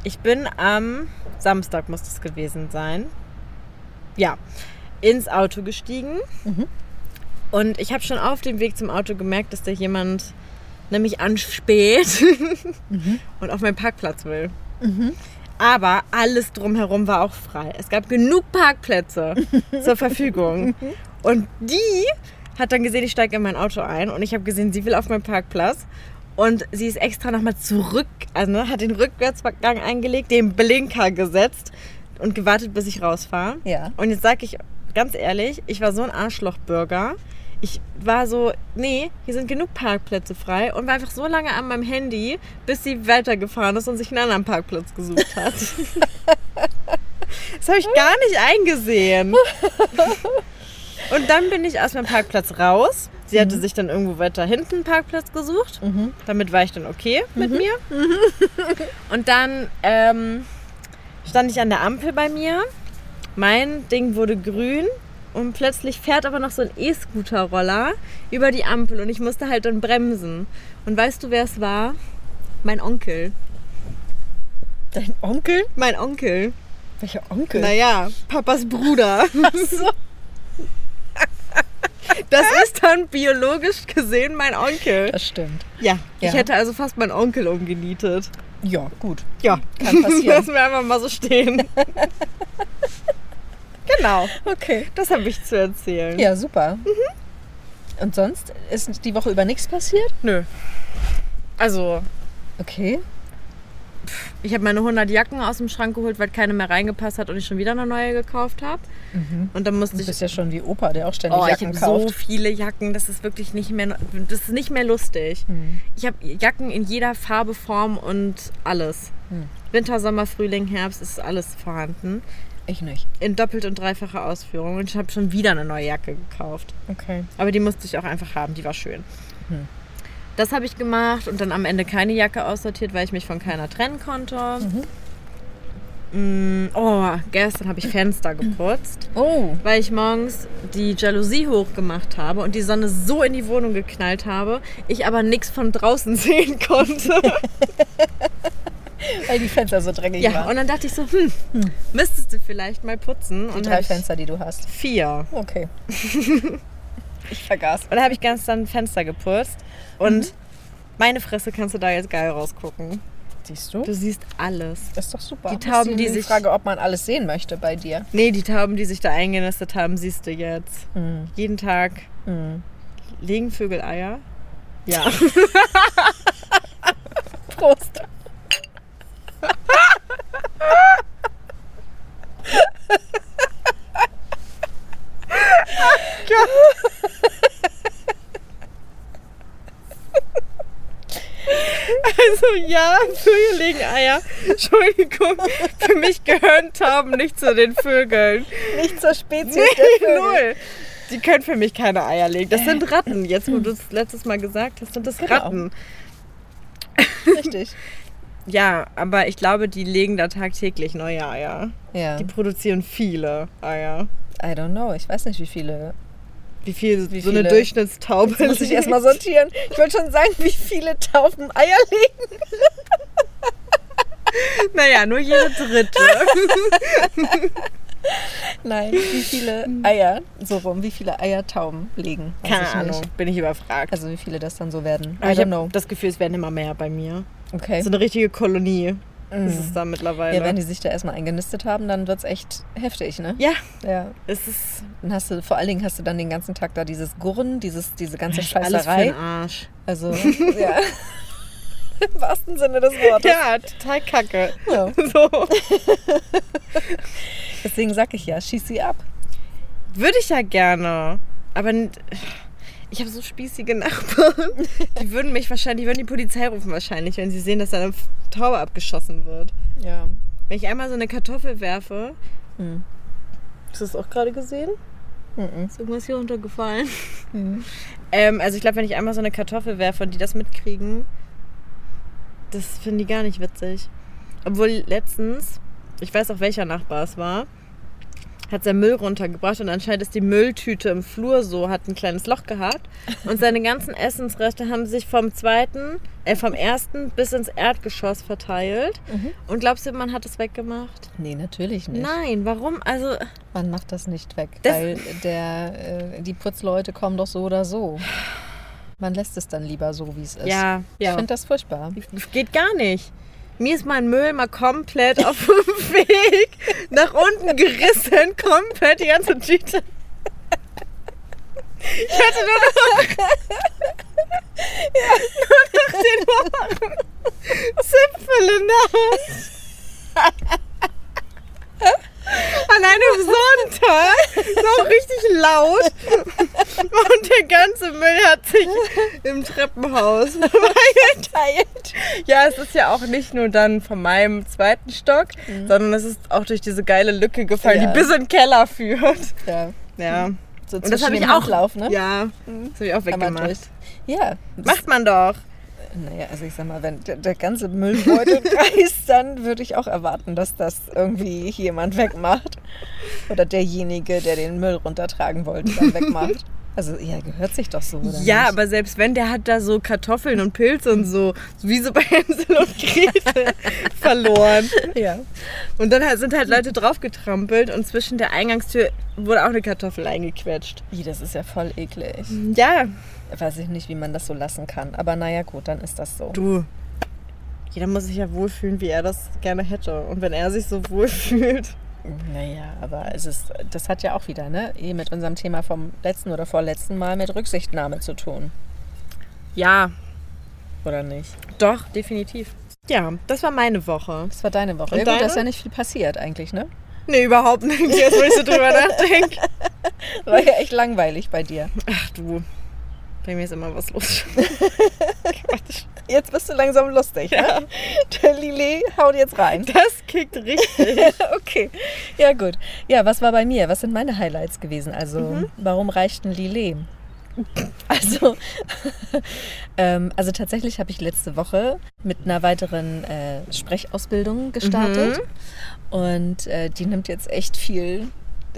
B: Ich bin am Samstag, muss es gewesen sein. Ja, ins Auto gestiegen.
C: Mhm.
B: Und ich habe schon auf dem Weg zum Auto gemerkt, dass da jemand nämlich anspäht
C: Mhm.
B: und auf meinen Parkplatz will. Aber alles drumherum war auch frei. Es gab genug Parkplätze zur Verfügung.
C: Mhm.
B: Und die hat dann gesehen, ich steige in mein Auto ein und ich habe gesehen, sie will auf meinen Parkplatz. Und sie ist extra nochmal zurück, also ne, hat den Rückwärtsgang eingelegt, den Blinker gesetzt und gewartet, bis ich rausfahre.
C: Ja.
B: Und jetzt sage ich ganz ehrlich, ich war so ein Arschlochbürger. Ich war so, nee, hier sind genug Parkplätze frei und war einfach so lange an meinem Handy, bis sie weitergefahren ist und sich einen anderen Parkplatz gesucht hat. das habe ich gar nicht eingesehen. Und dann bin ich aus meinem Parkplatz raus. Sie hatte sich dann irgendwo weiter hinten einen Parkplatz gesucht. Damit war ich dann okay mit mir. Und dann ähm, stand ich an der Ampel bei mir. Mein Ding wurde grün und plötzlich fährt aber noch so ein E-Scooter-Roller über die Ampel und ich musste halt dann bremsen. Und weißt du, wer es war? Mein Onkel.
C: dein Onkel
B: Mein Onkel.
C: welcher Onkel
B: Naja, Papas Bruder. Das ist dann biologisch gesehen mein Onkel.
C: das stimmt
B: Ja,
C: Ja.
B: ich hätte also fast meinen Onkel umgenietet.
C: ja gut
B: Ja,
C: kann passieren
B: lassen wir einfach mal so stehen. genau,
C: okay
B: das habe ich zu erzählen.
C: Ja,
B: Mhm.
C: super. Und sonst ist die Woche über nichts passiert?
B: Nö. Also,
C: Okay.
B: ich habe meine 100 Jacken aus dem Schrank geholt, weil keine mehr reingepasst hat und ich schon wieder eine neue gekauft habe. Mhm. Und dann musste
C: Du
B: ich
C: bist ja schon wie Opa, der auch ständig
B: Oh, ich
C: Jacken
B: habe so
C: kauft.
B: viele Jacken, das ist wirklich nicht mehr, das ist nicht mehr lustig. Ich habe Jacken in jeder Farbe, Form und alles. Winter, Sommer, Frühling, Herbst ist alles vorhanden.
C: ich nicht.
B: In doppelt und dreifacher Ausführung. Und ich habe schon wieder eine neue Jacke gekauft.
C: Okay.
B: Aber die musste ich auch einfach haben, die war schön. Das habe ich gemacht und dann am Ende keine Jacke aussortiert, weil ich mich von keiner trennen konnte. Mm, oh, gestern habe ich Fenster geputzt
C: Oh,
B: weil ich morgens die Jalousie hochgemacht habe und die Sonne so in die Wohnung geknallt habe, ich aber nichts von draußen sehen konnte.
C: weil die Fenster so dreckig
B: ja,
C: waren.
B: und dann dachte ich so, hm, müsstest du vielleicht mal putzen.
C: Die
B: und
C: drei
B: hab ich-
C: Fenster, die du hast.
B: Vier.
C: Okay. ich vergaß.
B: Und da habe ich ganz dann Fenster geputzt und meine Fresse kannst du da jetzt geil rausgucken.
C: Siehst du?
B: Du siehst alles.
C: Das ist doch super.
B: Die
C: Das
B: Tauben,
C: ist
B: die
C: die
B: sich-
C: Frage, ob man alles sehen möchte bei dir.
B: Nee, die Tauben, die sich da eingenistet haben, siehst du jetzt. Jeden Tag legen Vögel Eier. Ja.
C: Prost.
B: Also ja, Vögel legen Eier. Entschuldigung, für mich gehören Tauben nicht zu den Vögeln.
C: Nicht zur Spezies.
B: Null. Die können für mich keine Eier legen. Das sind Ratten. Jetzt, wo du es letztes Mal gesagt hast, sind das
C: Genau.
B: Ratten.
C: Richtig.
B: Ja, aber ich glaube, die legen da tagtäglich neue Eier.
C: Ja.
B: Die produzieren viele Eier.
C: I don't know. Ich weiß nicht, wie viele.
B: Wie viel
C: Wie
B: so
C: viele?
B: eine Durchschnittstaube
C: Muss ich
B: legt.
C: erstmal sortieren. Ich wollte schon sagen, wie viele Tauben Eier legen.
B: Naja, nur jede dritte.
C: Nein, wie viele Eier, so rum, wie viele Eier Tauben legen. Weiß
B: Keine
C: ich
B: Ahnung,
C: Nicht.
B: bin ich überfragt.
C: Also wie viele das dann so werden. I
B: Aber ich
C: don't
B: habe
C: know.
B: das Gefühl, es werden immer mehr bei mir.
C: Okay. Mm.
B: So eine richtige Kolonie ist es da mittlerweile.
C: Ja, wenn die sich da erstmal eingenistet haben, dann wird es echt heftig, ne?
B: ja,
C: Ja.
B: es ist
C: Dann hast du, vor allen Dingen hast du dann den ganzen Tag da dieses Gurren, dieses, diese ganze
B: alles für den
C: Scheißerei.
B: Arsch.
C: Also, ja. Im wahrsten Sinne des Wortes.
B: Ja, total kacke.
C: Ja.
B: So.
C: Deswegen sag ich ja, schieß sie ab.
B: Würde ich ja gerne. Aber n- ich habe so spießige Nachbarn. Die würden mich wahrscheinlich, die würden die Polizei rufen wahrscheinlich, wenn sie sehen, dass da eine Taube abgeschossen wird.
C: Ja.
B: Wenn ich einmal so eine Kartoffel werfe.
C: Mhm.
B: Hm. Hast du das auch gerade gesehen?
C: Mhm.
B: Ist irgendwas hier runtergefallen? Ähm, also ich glaube, wenn ich einmal so eine Kartoffel werfe und die das mitkriegen, das finden die gar nicht witzig. Obwohl letztens, ich weiß auch welcher Nachbar es war, hat sein Müll runtergebracht und anscheinend ist die Mülltüte im Flur so, hat ein kleines Loch gehabt und seine ganzen Essensreste haben sich vom zweiten, äh vom ersten bis ins Erdgeschoss verteilt. Und glaubst du, man hat es weggemacht?
C: Nee, natürlich nicht.
B: Nein, warum? Also
C: Man macht das nicht weg,
B: Das-
C: weil der, äh, die Putzleute kommen doch so oder so. Man lässt es dann lieber so, wie es ist.
B: ja,
C: Ich
B: ja.
C: finde das furchtbar.
B: Geht gar nicht. Mir ist mein Müll mal komplett auf dem Weg nach unten gerissen. Komplett die ganze Tüte. Ich hatte nur noch, nur noch den Ohren. Zipfel in der Hand. An einem Sonntag. Noch richtig laut. Und der ganze Müll hat sich im Treppenhaus verteilt. Ja, es ist ja auch nicht nur dann von meinem zweiten Stock, sondern es ist auch durch diese geile Lücke gefallen,
C: Ja.
B: die bis in den Keller führt.
C: Ja.
B: Ja.
C: So
B: Und das
C: zwischen
B: habe ich
C: dem
B: auch.
C: Handlauf, ne?
B: Ja, Mhm. das habe ich auch
C: Einmal
B: weggemacht.
C: durch. Ja.
B: Macht man doch.
C: Naja, also ich sag mal, wenn der, der ganze Müllbeutel reißt, dann würde ich auch erwarten, dass das irgendwie jemand wegmacht. Oder derjenige, der den Müll runtertragen wollte, dann wegmacht. Also ja, gehört sich doch so, oder
B: Ja,
C: nicht?
B: aber selbst wenn, der hat da so Kartoffeln und Pilze und so, wie so bei Hänsel und Gretel, verloren.
C: Ja.
B: Und dann halt- sind halt Leute draufgetrampelt und zwischen der Eingangstür wurde auch eine Kartoffel eingequetscht.
C: Ih, das ist ja voll eklig.
B: Ja,
C: Weiß ich nicht, wie man das so lassen kann. Aber naja, gut, dann ist das so.
B: du. Jeder muss sich ja wohlfühlen, wie er das gerne hätte. Und wenn er sich so wohlfühlt.
C: Naja, aber es ist, das hat ja auch wieder, ne, eh mit unserem Thema vom letzten oder vorletzten Mal mit Rücksichtnahme zu tun.
B: Ja. oder nicht? Doch, definitiv. Ja, das war meine Woche.
C: Das war deine Woche.
B: Und
C: ja, gut, da
B: deine?
C: ist ja nicht viel passiert eigentlich, ne?
B: Nee, überhaupt nicht. Jetzt, wo ich so drüber nachdenke.
C: War ja echt langweilig bei dir.
B: Ach du, bei mir ist immer was los. Quatsch.
C: Jetzt bist du langsam lustig, ne? Der Lili haut jetzt rein.
B: Das kickt richtig.
C: okay. Ja, gut. Ja, was war bei mir? Was sind meine Highlights gewesen? Also, warum reichten Lillet? Also, ähm, also tatsächlich habe ich letzte Woche mit einer weiteren äh, Sprechausbildung gestartet. Und äh, die nimmt jetzt echt viel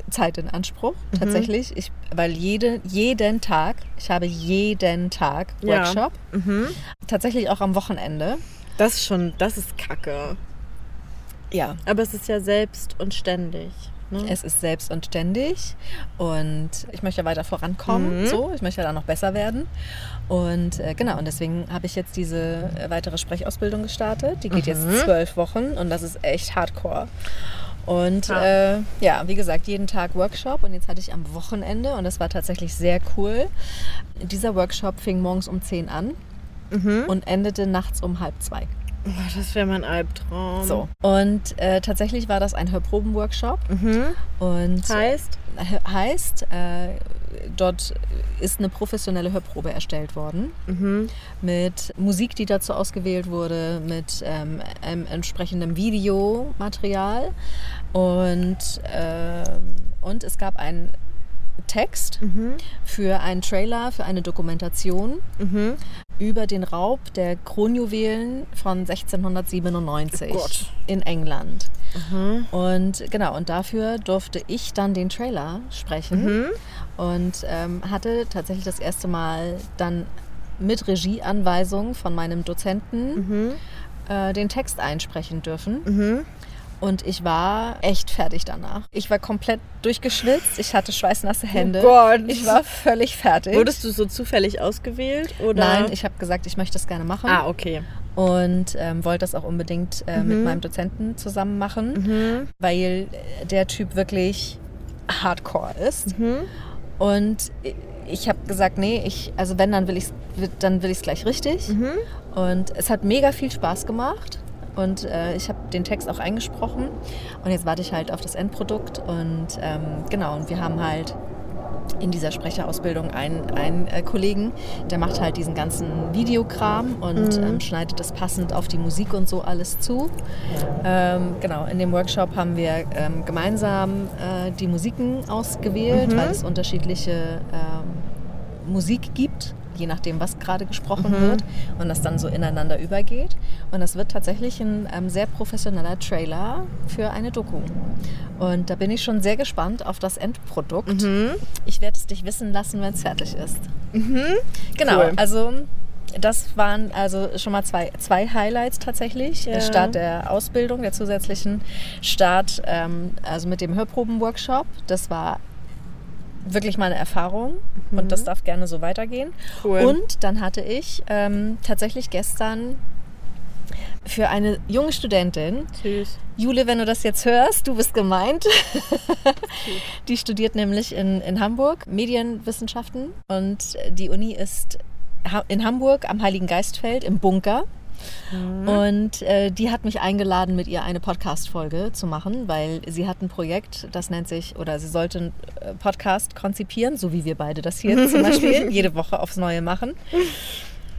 C: Zeit in Anspruch, tatsächlich. Ich, weil jede, jeden Tag, ich habe jeden Tag
B: Ja.
C: Workshop. Tatsächlich auch am Wochenende.
B: Das ist schon, das ist kacke.
C: Ja,
B: Aber es ist ja selbst und ständig. Ne?
C: Es ist selbst und ständig und ich möchte ja weiter vorankommen. So, ich möchte ja da noch besser werden. Und äh, genau, und deswegen habe ich jetzt diese äh, weitere Sprechausbildung gestartet. Die geht jetzt zwölf Wochen und das ist echt hardcore. Und äh, ja, wie gesagt, jeden Tag Workshop und jetzt hatte ich am Wochenende und das war tatsächlich sehr cool. Dieser Workshop fing morgens um 10 an und endete nachts um halb zwei.
B: Boah, das wäre mein Albtraum.
C: So. Und äh, tatsächlich war das ein Hörproben-Workshop. Und
B: Heißt?
C: he- heißt, äh, dort ist eine professionelle Hörprobe erstellt worden mit Musik, die dazu ausgewählt wurde, mit ähm, ähm, entsprechendem Videomaterial und, ähm, und es gab einen Text
B: Mhm.
C: für einen Trailer, für eine Dokumentation
B: Mhm.
C: über den Raub der Kronjuwelen von 1697
B: Oh Gott. Mhm.
C: in England. Und genau, und dafür durfte ich dann den Trailer
B: Mhm.
C: sprechen und ähm, hatte tatsächlich das erste Mal dann mit Regieanweisung von meinem Dozenten
B: Mhm.
C: äh, den Text einsprechen dürfen. Und ich war echt fertig danach. Ich war komplett durchgeschwitzt, ich hatte schweißnasse Hände.
B: Oh Gott.
C: Ich war völlig fertig.
B: Wurdest du so zufällig ausgewählt? Oder?
C: Nein, ich habe gesagt, ich möchte das gerne machen
B: Ah, okay.
C: und ähm, wollte das auch unbedingt äh, mit meinem Dozenten zusammen machen, weil äh, der Typ wirklich hardcore ist. Und i- ich habe gesagt, nee, ich, also wenn, dann will ich es dann will ich's gleich richtig. Und es hat mega viel Spaß gemacht. Und äh, ich habe den Text auch eingesprochen. Und jetzt warte ich halt auf das Endprodukt. Und ähm, genau, und wir haben halt in dieser Sprecherausbildung einen, einen äh, Kollegen, der macht halt diesen ganzen Videokram und ähm, schneidet das passend auf die Musik und so alles zu. Ähm, genau, in dem Workshop haben wir ähm, gemeinsam äh, die Musiken ausgewählt, weil es unterschiedliche ähm, Musik gibt, je nachdem, was gerade gesprochen wird und das dann so ineinander übergeht. Und das wird tatsächlich ein ähm, sehr professioneller Trailer für eine Doku. Und da bin ich schon sehr gespannt auf das Endprodukt. Ich werde es dich wissen lassen, wenn es fertig ist. Genau,
B: Cool.
C: also das waren also schon mal zwei, zwei Highlights tatsächlich.
B: Ja.
C: Der Start der Ausbildung, der zusätzlichen Start, ähm, also mit dem Hörproben-Workshop. Das war wirklich mal eine Erfahrung und das darf gerne so weitergehen.
B: Mhm. Cool.
C: Und dann hatte ich ähm, tatsächlich gestern für eine junge Studentin
B: Süß.
C: Jule, wenn du das jetzt hörst, du bist gemeint. die studiert nämlich in, in Hamburg Medienwissenschaften und die Uni ist ha- in Hamburg am Heiligen Geistfeld im Bunker. Und äh, die hat mich eingeladen, mit ihr eine Podcast-Folge zu machen, weil sie hat ein Projekt, das nennt sich, oder sie sollte einen äh, Podcast konzipieren, so wie wir beide das hier zum Beispiel jede Woche aufs Neue machen.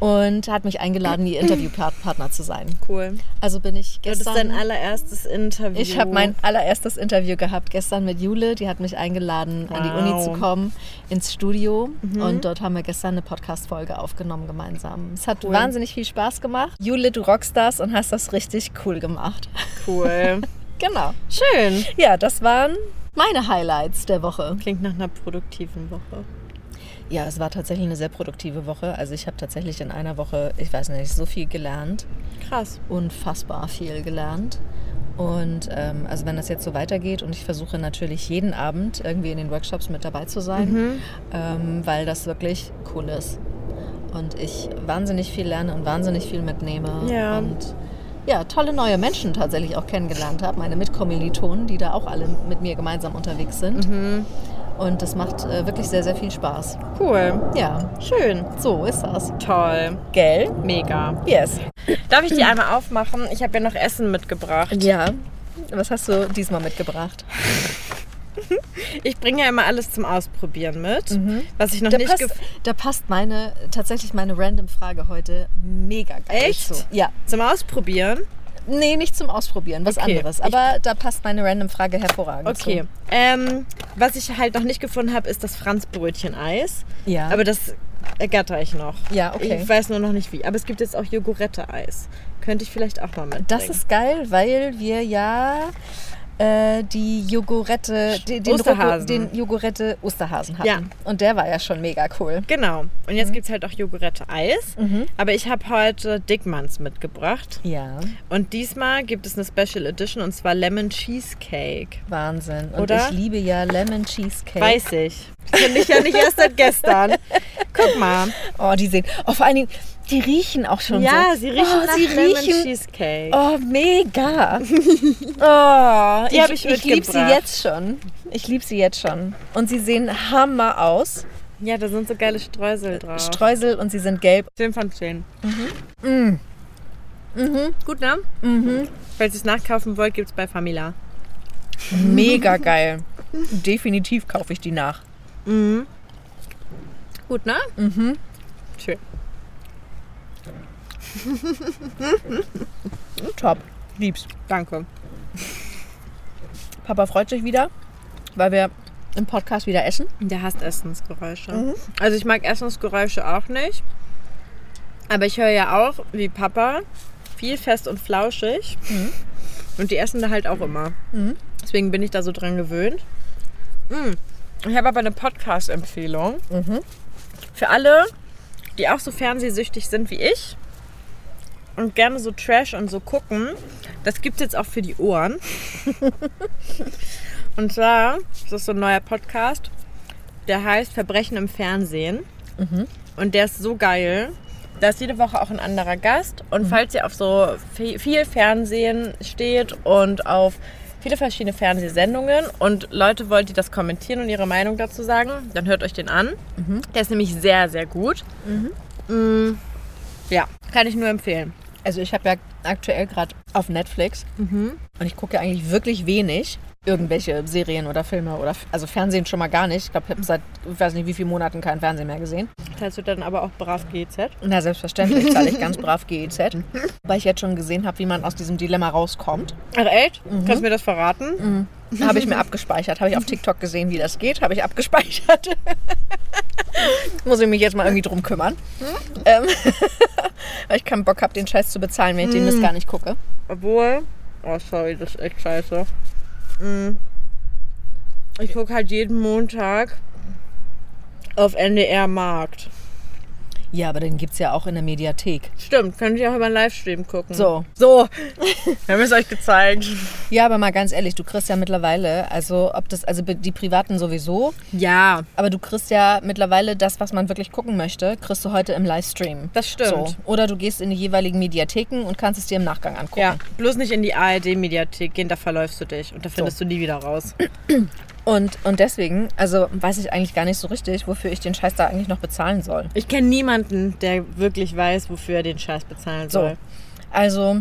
C: Und hat mich eingeladen, ihr Interviewpartner zu sein.
B: Cool.
C: Also bin ich
B: Das ist
C: gestern...
B: dein allererstes Interview.
C: Ich habe mein allererstes Interview gehabt gestern mit Jule. Die hat mich eingeladen, an die Uni
B: Wow.
C: zu kommen, ins Studio. Und dort haben wir gestern eine Podcast-Folge aufgenommen gemeinsam. Es hat wahnsinnig viel Spaß gemacht. Jule, du rockst das und hast das richtig cool gemacht.
B: Cool.
C: genau.
B: Schön.
C: Ja, das waren meine Highlights der Woche.
B: Klingt nach einer produktiven Woche.
C: Ja, es war tatsächlich eine sehr produktive Woche. Also ich habe tatsächlich in einer Woche, ich weiß nicht, so viel gelernt.
B: Krass.
C: unfassbar viel gelernt. Und ähm, also wenn das jetzt so weitergeht und ich versuche natürlich jeden Abend irgendwie in den Workshops mit dabei zu sein, ähm, weil das wirklich cool ist. Und ich wahnsinnig viel lerne und wahnsinnig viel mitnehme.
B: Ja.
C: Und ja, tolle neue Menschen tatsächlich auch kennengelernt habe. Meine Mitkommilitonen, die da auch alle mit mir gemeinsam unterwegs sind. Und das macht äh, wirklich sehr, sehr viel Spaß.
B: Cool.
C: Ja,
B: Schön.
C: so ist das.
B: Toll.
C: Gell?
B: Mega.
C: Yes.
B: Darf ich
C: Mhm.
B: die einmal aufmachen? Ich habe ja noch Essen mitgebracht.
C: Ja. Was hast du diesmal mitgebracht?
B: Ich bringe ja immer alles zum Ausprobieren mit,
C: Mhm.
B: was ich noch
C: Da
B: nicht
C: passt,
B: gef-
C: da passt meine, tatsächlich meine random Frage heute mega geil
B: Echt?
C: zu. Ja.
B: zum Ausprobieren.
C: Nee, nicht zum Ausprobieren, was
B: Okay.
C: anderes. Aber da passt meine random Frage hervorragend
B: Okay. Ähm, was ich halt noch nicht gefunden habe, ist das Franzbrötchen-Eis.
C: zu. Ja.
B: Aber das ergatter ich noch.
C: Ja, okay.
B: Ich weiß nur noch nicht wie. Aber es gibt jetzt auch Jogurette-Eis. Könnte ich vielleicht auch mal mitbringen.
C: Das ist geil, weil wir ja äh, die Jogurette, den, den, Roko-
B: Osterhasen.
C: den Jogurette Osterhasen hatten.
B: Ja.
C: Und der war ja schon mega cool.
B: Genau. Und
C: Mhm.
B: jetzt gibt es halt auch Jogurette-Eis. Aber ich habe heute Dickmanns mitgebracht.
C: Ja,
B: Und diesmal gibt es eine Special Edition und zwar Lemon Cheesecake.
C: Wahnsinn. Und
B: Oder?
C: ich liebe ja Lemon Cheesecake.
B: Weiß ich. Finde ich ja nicht erst seit gestern. Guck mal.
C: Oh, die sehen. Oh, vor allen Dingen, die riechen auch schon so.
B: ja, sie riechen
C: oh,
B: nach
C: sie
B: Lemon
C: riechen.
B: Cheesecake.
C: Oh, mega. Oh,
B: Die hab ich
C: ich, ich liebe sie
B: mitgebracht.
C: jetzt schon. Ich liebe sie jetzt schon. Und sie sehen Hammer aus.
B: Ja, da sind so geile Streusel drauf.
C: Streusel und sie sind gelb.
B: 10 von 10. Mhm. Gut, ne? Mhm. Falls ihr es nachkaufen wollt, gibt es bei Famila.
C: Mega geil. Definitiv kaufe ich die nach.
B: Gut, ne? Mhm. Schön.
C: Top. Liebst.
B: Danke.
C: Papa freut sich wieder, weil wir im Podcast wieder essen.
B: Der hasst Essensgeräusche. Also ich mag Essensgeräusche auch nicht. Aber ich höre ja auch, wie Papa, viel fest und flauschig. Und die essen da halt auch immer. Deswegen bin ich da so dran gewöhnt. Mm. Ich habe aber eine Podcast-Empfehlung. Für alle, die auch so fernsehsüchtig sind wie ich und gerne so Trash und so gucken. Das gibt es jetzt auch für die Ohren. und zwar, das ist so ein neuer Podcast, der heißt Verbrechen im Fernsehen. Und der ist so geil. Da ist jede Woche auch ein anderer Gast. Und falls ihr auf so fe- viel Fernsehen steht und auf viele verschiedene Fernsehsendungen und Leute wollt, die das kommentieren und ihre Meinung dazu sagen, dann hört euch den an. Der ist nämlich sehr, sehr gut. Mm, Ja, kann ich nur empfehlen.
C: Also ich habe ja aktuell gerade auf Netflix
B: Mhm.
C: und ich gucke ja eigentlich wirklich wenig irgendwelche Serien oder Filme oder also Fernsehen schon mal gar nicht. Ich glaube, ich habe seit ich weiß nicht wie vielen Monaten kein Fernsehen mehr gesehen.
B: Teilst du dann aber auch brav GZ?
C: Na selbstverständlich zahle ich ganz brav GEZ, weil ich jetzt schon gesehen habe, wie man aus diesem Dilemma rauskommt.
B: Ach echt? Kannst du mir das verraten?
C: Habe ich mir abgespeichert, habe ich auf TikTok gesehen, wie das geht, habe ich abgespeichert. Muss ich mich jetzt mal irgendwie drum kümmern. Ähm, weil ich keinen Bock habe, den Scheiß zu bezahlen, wenn ich den Mist gar nicht gucke.
B: Obwohl. Oh, sorry, das ist echt scheiße. Mm. Ich gucke halt jeden Montag auf NDR Markt.
C: Ja, aber den gibt es ja auch in der Mediathek.
B: Stimmt, könnt ihr auch über einen Livestream gucken.
C: So.
B: So. Wir haben es euch gezeigt.
C: Ja, aber mal ganz ehrlich, du kriegst ja mittlerweile, also ob das, also be- die Privaten sowieso,
B: Ja,
C: aber du kriegst ja mittlerweile das, was man wirklich gucken möchte, kriegst du heute im Livestream.
B: Das stimmt.
C: So. Oder du gehst in die jeweiligen Mediatheken und kannst es dir im Nachgang angucken.
B: ja. Bloß nicht in die ARD-Mediathek gehen, da verläufst du dich und da findest du nie wieder raus.
C: Und, und deswegen, also weiß ich eigentlich gar nicht so richtig, wofür ich den Scheiß da eigentlich noch bezahlen soll.
B: Ich kenne niemanden, der wirklich weiß, wofür er den Scheiß bezahlen
C: So.
B: soll.
C: Also,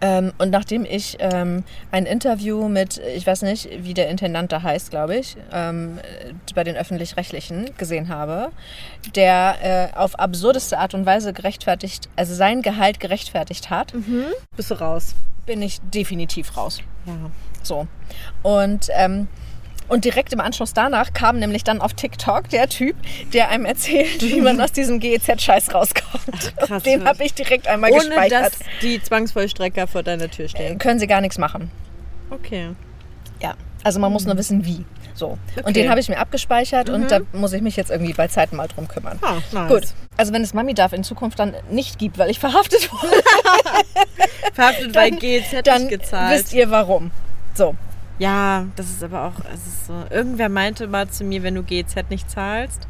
C: ähm, und nachdem ich ähm, ein Interview mit, ich weiß nicht, wie der Intendant da heißt, glaube ich, ähm, äh, bei den Öffentlich-Rechtlichen gesehen habe, der äh, auf absurdeste Art und Weise gerechtfertigt, also sein Gehalt gerechtfertigt hat,
B: Bist du raus.
C: bin ich definitiv raus.
B: Ja.
C: So. Und, ähm, und direkt im Anschluss danach kam nämlich dann auf TikTok der Typ, der einem erzählt, wie man aus diesem GEZ-Scheiß rauskommt.
B: krass,
C: und den
B: wirklich.
C: habe ich direkt einmal
B: Ohne
C: gespeichert.
B: dass die Zwangsvollstrecker vor deiner Tür stehen.
C: Können sie gar nichts machen.
B: Okay.
C: Ja. Also man muss nur wissen, wie. So.
B: Okay. Mhm.
C: Und den habe ich mir abgespeichert und da muss ich mich jetzt irgendwie bei Zeiten mal drum kümmern.
B: Ah, nice.
C: Gut. Also wenn es Mami darf in Zukunft dann nicht gibt, weil ich verhaftet wurde,
B: Verhaftet bei GZ nicht
C: dann
B: gezahlt.
C: wisst ihr warum. So.
B: Ja, das ist aber auch, es ist so, irgendwer meinte mal zu mir, wenn du GZ nicht zahlst,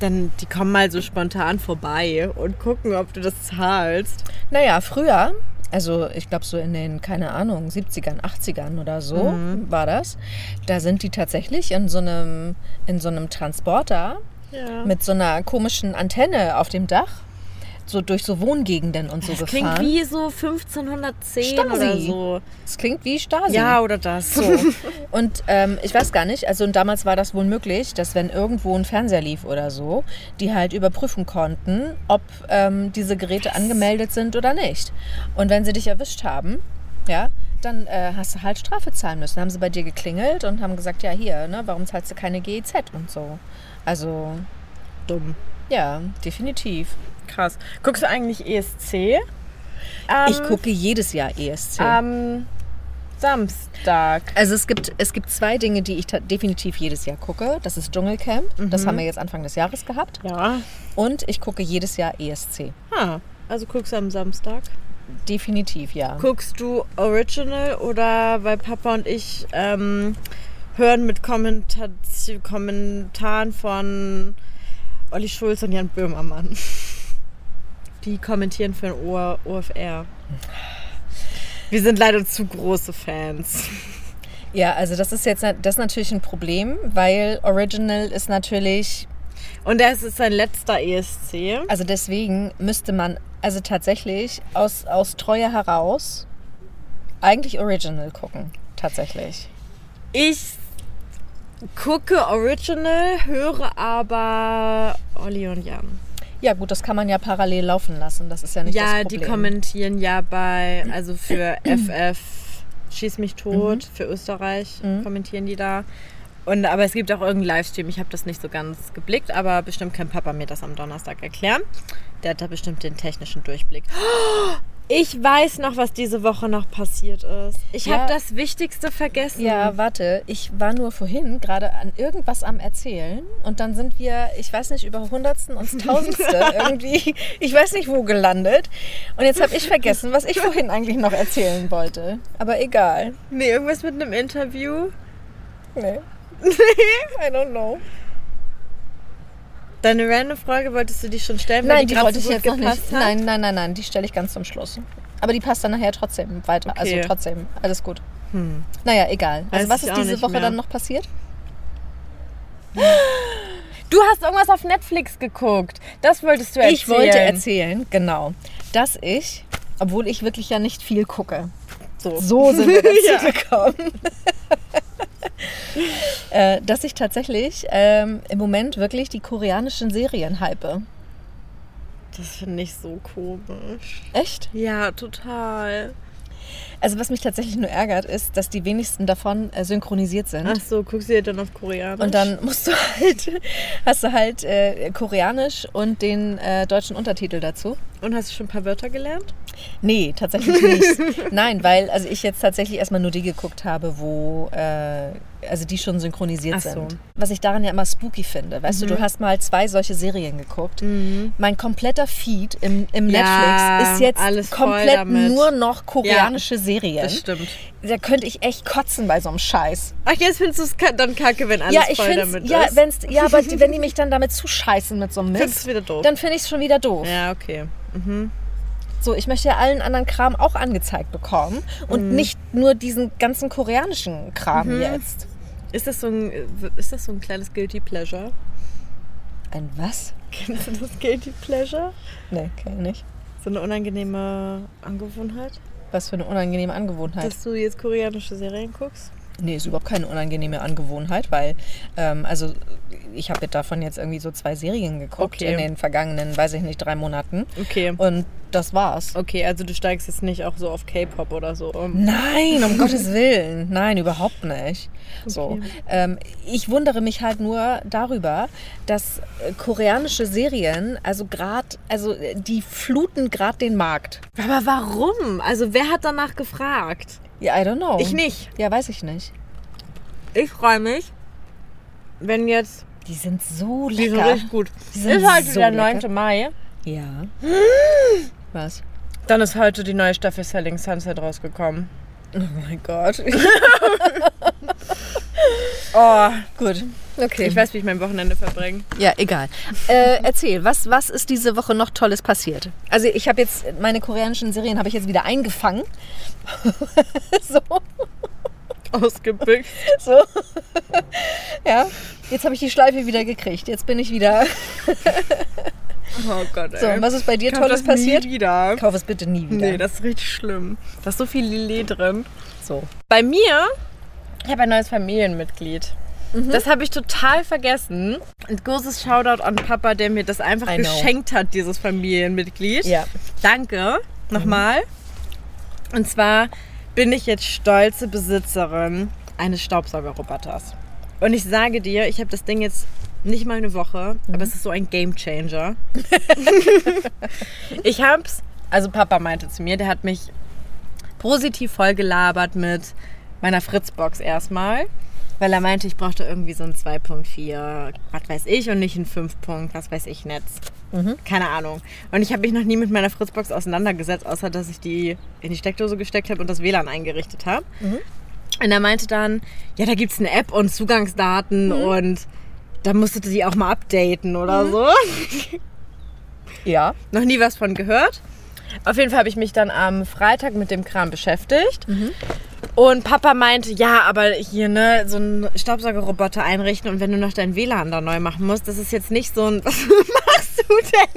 B: dann die kommen mal so spontan vorbei und gucken, ob du das zahlst.
C: Naja, früher also ich glaube so in den, keine Ahnung, 70ern, 80ern oder so
B: Mhm.
C: war das, da sind die tatsächlich in so einem, in so einem Transporter
B: Ja.
C: mit so einer komischen Antenne auf dem Dach, so durch so Wohngegenden und so
B: Das
C: gefahren.
B: klingt wie so 1510 oder
C: Stasi.
B: so.
C: das klingt wie Stasi.
B: Ja, oder das.
C: So. Und ähm, ich weiß gar nicht, also und damals war das wohl möglich, dass wenn irgendwo ein Fernseher lief oder so, die halt überprüfen konnten, ob ähm, diese Geräte angemeldet sind oder nicht. Und wenn sie dich erwischt haben, ja, dann äh, hast du halt Strafe zahlen müssen. Dann haben sie bei dir geklingelt und haben gesagt, ja hier, ne, warum zahlst du keine GEZ und so. Also,
B: Dumm.
C: ja, definitiv.
B: Krass. Guckst du eigentlich E ESC?
C: ich
B: Am-
C: gucke jedes Jahr E ESC.
B: Ähm, Am Samstag.
C: Also es gibt, es gibt zwei Dinge, die ich ta- definitiv jedes Jahr gucke. Das ist Dschungelcamp, das haben wir jetzt Anfang des Jahres gehabt.
B: Ja.
C: Und ich gucke jedes Jahr E ESC.
B: Ah, also guckst du am Samstag.
C: Definitiv, ja.
B: Guckst du Original oder weil Papa und ich ähm, hören mit Kommentati- Kommentaren von Olli Schulz und Jan Böhmermann. Die kommentieren für den OR OFR. Wir sind leider zu große Fans.
C: Ja, also das ist jetzt na- das ist natürlich ein Problem, weil Original ist natürlich,
B: Und das ist sein letzter E ESC.
C: also deswegen müsste man also tatsächlich aus, aus Treue heraus eigentlich Original gucken. Tatsächlich.
B: Ich gucke Original, höre aber Olli und Jan.
C: Ja, gut, das kann man ja parallel laufen lassen. Das ist ja nicht
B: ja,
C: das Problem.
B: die kommentieren ja bei, also für FF Schieß mich tot,
C: Mhm.
B: für Österreich kommentieren die da. Und, aber es gibt auch irgendeinen Livestream, ich habe das nicht so ganz geblickt, aber bestimmt kann Papa mir das am Donnerstag erklären. Der hat da bestimmt den technischen Durchblick. Ich weiß noch, was diese Woche noch passiert ist. Ich
C: Ja.
B: habe das Wichtigste vergessen.
C: Ja, warte, ich war nur vorhin gerade an irgendwas am Erzählen und dann sind wir, ich weiß nicht, über Hundertsten und Tausendste irgendwie, ich weiß nicht wo gelandet. Und jetzt habe ich vergessen, was ich vorhin eigentlich noch erzählen wollte. Aber egal.
B: Nee, irgendwas mit einem Interview.
C: Nee. I don't know.
B: Deine random Frage wolltest du dich schon stellen? weil
C: Nein, die
B: grad so
C: wollte ich
B: gut
C: jetzt noch
B: gepasst ne?
C: nicht.
B: hat?
C: Nein, nein, nein, nein, die stelle ich ganz zum Schluss. Aber die passt dann nachher trotzdem weiter.
B: Okay. Hm.
C: Also trotzdem, alles gut. Naja, egal.
B: Weiß
C: Also was
B: ich
C: ist
B: auch
C: diese
B: nicht
C: Woche
B: mehr.
C: dann noch passiert?
B: Du hast irgendwas auf Netflix geguckt. Das wolltest du erzählen.
C: Ich wollte erzählen, genau, dass ich, obwohl ich wirklich ja nicht viel gucke,
B: So.
C: so sind wir dazu gekommen, äh, dass ich tatsächlich ähm, im Moment wirklich die koreanischen Serien hype.
B: Das finde ich so komisch.
C: Echt?
B: Ja, total.
C: Also was mich tatsächlich nur ärgert, ist, dass die wenigsten davon äh, synchronisiert sind.
B: Ach so, guckst du dir dann auf Koreanisch?
C: Und dann musst du halt, hast du halt äh, Koreanisch und den äh, deutschen Untertitel dazu.
B: Und hast du schon ein paar Wörter gelernt?
C: Nee, tatsächlich nicht. Nein, weil also ich jetzt tatsächlich erstmal nur die geguckt habe, wo äh, also die schon synchronisiert
B: Ach so. Mhm.
C: sind. Was ich daran ja immer spooky finde. Weißt du, du hast mal zwei solche Serien geguckt. Mein kompletter Feed im, im
B: Ja,
C: Netflix ist jetzt
B: alles voll
C: komplett
B: damit.
C: nur noch koreanische Serien.
B: stimmt.
C: Da könnte ich echt kotzen bei so einem Scheiß.
B: Ach, jetzt findest du es ka- dann kacke, wenn alles
C: ja, ich
B: voll
C: finde
B: damit
C: ja,
B: ist.
C: wenn's, ja, aber die, wenn die mich dann damit zuscheißen mit so einem
B: Findest
C: Mist,
B: du wieder doof.
C: dann finde ich es schon wieder doof.
B: ja, okay.
C: So, ich möchte ja allen anderen Kram auch angezeigt bekommen und nicht nur diesen ganzen koreanischen Kram jetzt.
B: Ist das, so ein, ist das so ein kleines Guilty Pleasure?
C: Ein was?
B: Kennst du das Guilty Pleasure?
C: Nee, kenn ich nicht.
B: So eine unangenehme Angewohnheit,
C: Was für eine unangenehme Angewohnheit.
B: dass du jetzt koreanische Serien guckst?
C: nee, ist überhaupt keine unangenehme Angewohnheit, weil, ähm, also ich habe davon jetzt irgendwie so zwei Serien geguckt
B: Okay.
C: in den vergangenen, weiß ich nicht, drei Monaten.
B: Okay.
C: Und das war's.
B: Okay, also du steigst jetzt nicht auch so auf K-Pop oder so um.
C: Nein, um Gottes Willen. Nein, überhaupt nicht. So. Ähm, ich wundere mich halt nur darüber, dass äh, koreanische Serien, also gerade, also äh, die fluten gerade den Markt.
B: Aber warum? Also wer hat danach gefragt?
C: Ja, I don't know.
B: Ich nicht.
C: Ja, weiß ich nicht.
B: Ich freue mich, wenn jetzt...
C: Die sind so
B: Die sind
C: lecker.
B: richtig gut.
C: Die sind
B: ist heute
C: so
B: der
C: lecker.
B: 9. Mai.
C: Ja. Was?
B: Dann ist heute die neue Staffel Selling Sunset rausgekommen.
C: Oh mein Gott.
B: Oh,
C: Gut. Okay.
B: Ich weiß, wie ich mein Wochenende verbringe.
C: Ja, egal. Äh, erzähl, was, was ist diese Woche noch Tolles passiert? Also ich habe jetzt, meine koreanischen Serien habe ich jetzt wieder eingefangen. so,
B: Ausgebüxt.
C: so. ja, jetzt habe ich die Schleife wieder gekriegt. Jetzt bin ich wieder.
B: Oh Gott, ey.
C: So, und was ist bei dir
B: Kommt
C: Tolles
B: das
C: passiert?
B: Nie wieder.
C: Kauf es bitte nie wieder.
B: Nee, das ist richtig schlimm. Da ist so viel Lillet drin.
C: so.
B: Bei mir, ich habe ein neues Familienmitglied.
C: Mhm.
B: Das habe ich total vergessen. Ein großes Shoutout an Papa, der mir das einfach
C: I know.
B: geschenkt hat, dieses Familienmitglied.
C: Ja.
B: Danke nochmal. Und zwar bin ich jetzt stolze Besitzerin eines Staubsaugerroboters. Und ich sage dir, ich habe das Ding jetzt nicht mal eine Woche, aber es ist so ein Game Changer. ich hab's, also Papa meinte zu mir, der hat mich positiv vollgelabert mit meiner Fritzbox erstmal, weil er meinte, ich brauchte irgendwie so ein 2.4, was weiß ich, und nicht ein 5. Punkt, was weiß ich Netz. Keine Ahnung. Und ich habe mich noch nie mit meiner Fritzbox auseinandergesetzt, außer dass ich die in die Steckdose gesteckt habe und das WLAN eingerichtet habe. Und er meinte dann, ja, da gibt es eine App und Zugangsdaten und da musstet ihr die auch mal updaten oder so.
C: Ja.
B: Noch nie was von gehört. Auf jeden Fall habe ich mich dann am Freitag mit dem Kram beschäftigt. Und Papa meinte, ja, aber hier, ne, so einen Staubsaugerroboter einrichten und wenn du noch dein WLAN da neu machen musst, das ist jetzt nicht so ein. Was machst du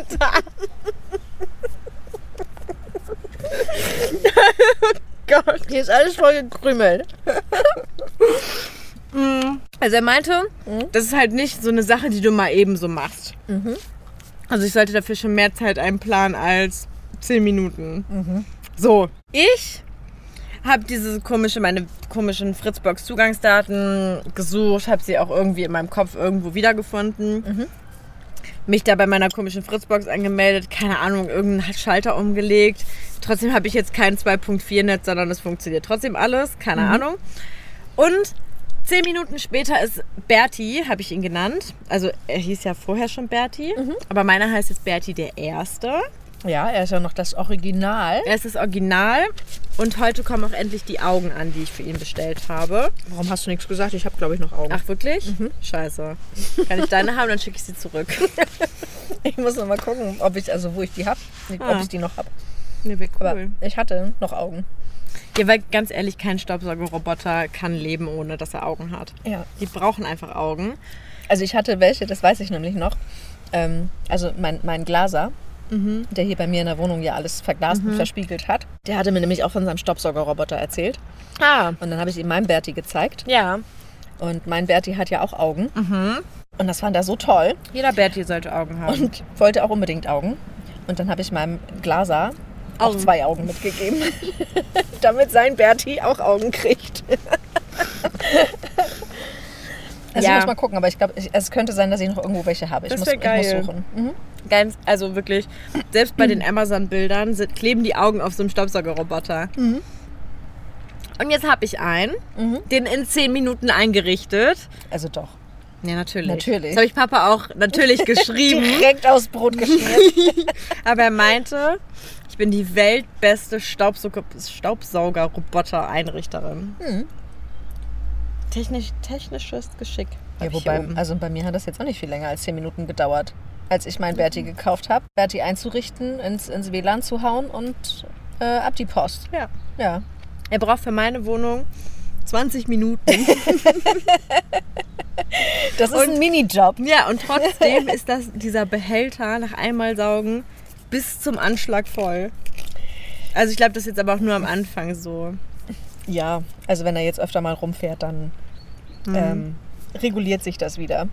B: denn da? oh Gott, hier ist alles voll gekrümmelt. Mm, also er meinte, das ist halt nicht so eine Sache, die du mal eben so machst. Also ich sollte dafür schon mehr Zeit einplanen als 10 Minuten. So, ich habe diese komische, meine komischen Fritzbox-Zugangsdaten gesucht, habe sie auch irgendwie in meinem Kopf irgendwo wiedergefunden. Mich da bei meiner komischen Fritzbox angemeldet, keine Ahnung, irgendeinen Schalter umgelegt. Trotzdem habe ich jetzt kein 2.4-Netz, sondern es funktioniert trotzdem alles, keine Ahnung. Und zehn Minuten später ist Berti, habe ich ihn genannt. Also er hieß ja vorher schon Berti,
C: Mhm.
B: aber meiner heißt jetzt Berti der Erste.
C: Ja, er ist ja noch das Original.
B: Er ist das Original und heute kommen auch endlich die Augen an, die ich für ihn bestellt habe.
C: Warum hast du nichts gesagt? Ich habe, glaube ich, noch Augen.
B: Ach wirklich?
C: Mhm.
B: Scheiße. Kann ich deine haben, dann schicke ich sie zurück.
C: ich muss noch mal gucken, ob ich, also wo ich die habe,
B: Ah.
C: ob ich die noch habe.
B: Nee, wäre
C: Aber ich hatte noch Augen.
B: Ja, weil ganz ehrlich, kein Staubsaugerroboter kann leben, ohne dass er Augen hat.
C: Ja.
B: Die brauchen einfach Augen.
C: Also ich hatte welche, das weiß ich nämlich noch. Ähm, also mein, mein Glaser, der hier bei mir in der Wohnung ja alles verglast und verspiegelt hat, der hatte mir nämlich auch von seinem Staubsaugerroboter erzählt.
B: Ah,
C: Und dann habe ich ihm meinen Berti gezeigt.
B: ja.
C: Und mein Berti hat ja auch Augen. Und das fand er so toll
B: Jeder Berti sollte Augen haben.
C: und wollte auch unbedingt Augen. Und dann habe ich meinem Glaser auch
B: Augen.
C: zwei Augen mitgegeben, damit sein Berti auch Augen kriegt. Also
B: Ja.
C: ich muss mal gucken, aber ich glaube, es könnte sein, dass ich noch irgendwo welche habe. Ich,
B: Das
C: muss,
B: wär
C: ich muss
B: geil.
C: suchen. Mhm.
B: Ganz, also wirklich, selbst bei den Amazon-Bildern sind- kleben die Augen auf so einem Staubsaugerroboter.
C: Mhm.
B: Und jetzt habe ich einen, den in zehn Minuten eingerichtet.
C: Also doch.
B: Ja, natürlich.
C: Natürlich.
B: Das habe ich Papa auch natürlich geschrieben.
C: Direkt aus Brot geschmiert.
B: aber er meinte, ich bin die weltbeste Staubsauger Staubsauger-Roboter-Einrichterin.
C: Mhm.
B: Technisch, technisches Geschick. hab
C: ja,
B: ich
C: wobei,
B: hier oben.
C: also bei mir hat das jetzt auch nicht viel länger als 10 Minuten gedauert, als ich meinen
B: Mhm.
C: Berti gekauft habe. Berti einzurichten, ins, ins WLAN zu hauen und äh, ab die Post.
B: ja.
C: Ja.
B: Er braucht für meine Wohnung 20 Minuten.
C: Das ist ein Minijob.
B: Ja, und trotzdem ist das dieser Behälter nach einmal saugen bis zum Anschlag voll. Also ich glaube, das ist jetzt aber auch nur am Anfang so.
C: Ja, also wenn er jetzt öfter mal rumfährt, dann
B: Mhm.
C: ähm, reguliert sich das wieder.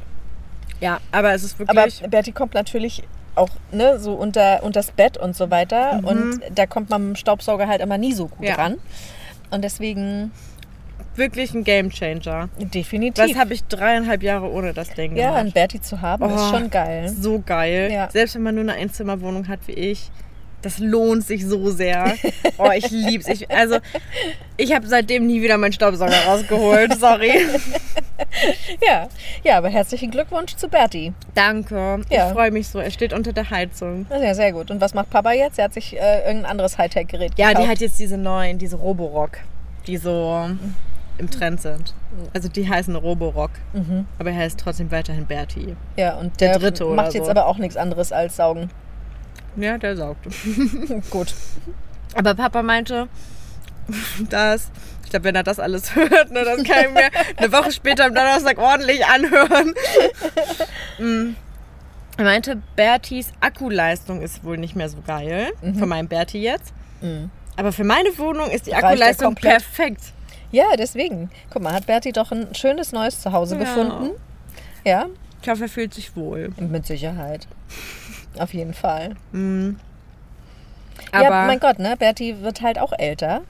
B: Ja, aber es ist
C: Aber
B: wirklich.
C: Berti kommt natürlich auch ne, so unter, unter das Bett und so weiter. Und da kommt man mit dem Staubsauger halt immer nie so gut
B: Mhm. Ja.
C: ran. Und deswegen
B: wirklich ein Gamechanger. Das
C: definitiv.
B: habe ich dreieinhalb Jahre ohne das Ding
C: ja, einen
B: gemacht.
C: Berti zu haben, ist
B: Oh.
C: schon geil.
B: So geil.
C: Ja.
B: Selbst wenn man nur eine Einzimmerwohnung hat wie ich. Das lohnt sich so sehr. Oh, ich lieb's. Ich, also, ich habe seitdem nie wieder meinen Staubsauger rausgeholt. Sorry.
C: Ja. ja, aber herzlichen Glückwunsch zu Berti.
B: Danke.
C: Ja.
B: Ich freue mich so. Er steht unter der Heizung.
C: Ja, sehr gut. Und was macht Papa jetzt? Er hat sich äh, irgendein anderes Hightech-Gerät
B: Ja,
C: gekauft.
B: die hat jetzt diese neuen, diese Roborock, die so im Trend sind. Also die heißen Roborock, aber er heißt trotzdem weiterhin Berti.
C: Ja, und
B: Der
C: der,
B: dritte oder
C: macht jetzt
B: so.
C: aber auch nichts anderes als saugen.
B: Ja, der saugt.
C: Gut.
B: Aber Papa meinte, dass, ich glaube, wenn er das alles hört, ne, das kann ich mir eine Woche später am Donnerstag ordentlich anhören. Mm. Er meinte, Bertis Akkuleistung ist wohl nicht mehr so geil, von meinem Berti jetzt. Aber für meine Wohnung ist die
C: Reicht ja
B: Akkuleistung
C: komplett.
B: perfekt.
C: Ja, deswegen. Guck mal, hat Berti doch ein schönes neues Zuhause
B: Ja.
C: gefunden. Ja,
B: Ich hoffe, er fühlt sich wohl.
C: mit Sicherheit. Auf jeden Fall.
B: Aber
C: ja, mein Gott, ne? Berti wird halt auch älter.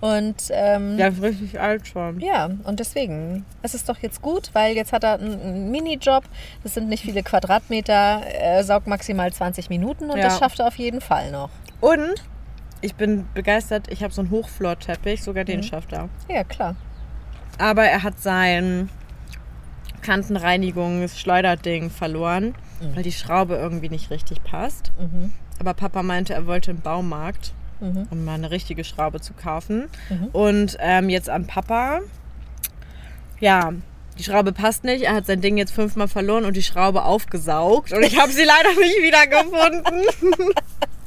C: Und ähm,
B: der ist richtig alt schon.
C: Ja, und deswegen. Es ist doch jetzt gut, weil jetzt hat er einen- einen Minijob. Das sind nicht viele Quadratmeter. Er saugt maximal 20 Minuten und
B: Ja.
C: das schafft er auf jeden Fall noch.
B: Und ich bin begeistert, ich habe so einen Hochflorteppich, sogar den schafft er.
C: Ja, klar.
B: Aber er hat sein Kantenreinigungs-Schleuderding verloren,
C: Mhm.
B: weil die Schraube irgendwie nicht richtig passt. Aber Papa meinte, er wollte im Baumarkt,
C: Mhm.
B: um mal eine richtige Schraube zu kaufen. Und ähm, jetzt an Papa, ja. Die Schraube passt nicht, er hat sein Ding jetzt fünfmal verloren und die Schraube aufgesaugt und ich habe sie leider nicht wiedergefunden.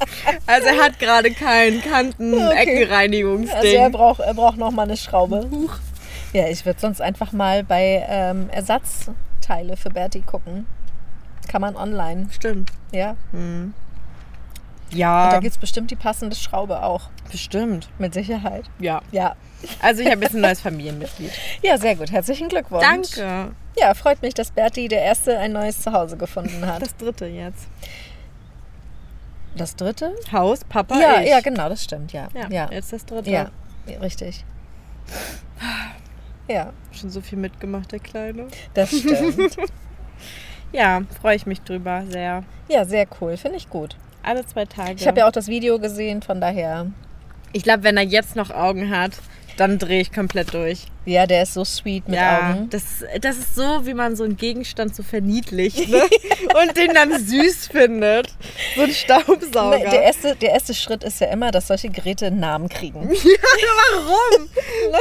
B: also er hat gerade kein Kanten-Eckenreinigungsding.
C: Also er braucht, er braucht nochmal eine Schraube. Ja, ich würde sonst einfach mal bei ähm, Ersatzteile für Berti gucken. Kann man online,
B: Stimmt.
C: ja.
B: Ja.
C: Und da gibt es bestimmt die passende Schraube auch.
B: Bestimmt,
C: Mit Sicherheit.
B: ja.
C: Ja.
B: Also ich habe jetzt ein neues Familienmitglied.
C: Ja, sehr gut. Herzlichen Glückwunsch.
B: Danke.
C: Ja, freut mich, dass Berti der Erste ein neues Zuhause gefunden hat.
B: Das dritte jetzt.
C: Das dritte?
B: Haus, Papa,
C: ja,
B: ich.
C: ja, genau, das stimmt, ja.
B: ja,
C: Ja, ja.
B: Jetzt das dritte.
C: richtig. Ja,
B: Schon so viel mitgemacht, der Kleine.
C: das stimmt.
B: Ja, freue ich mich drüber sehr.
C: ja, sehr cool, finde ich gut.
B: Alle zwei Tage.
C: Ich habe ja auch das Video gesehen, von daher.
B: ich glaube, wenn er jetzt noch Augen hat, dann drehe ich komplett durch.
C: Ja, der ist so sweet mit
B: ja,
C: Augen.
B: Das, das ist so, wie man so einen Gegenstand so verniedlicht ne? und den dann süß findet. So ein Staubsauger.
C: Ne, Der erste, der erste Schritt ist ja immer, dass solche Geräte einen Namen kriegen.
B: Warum?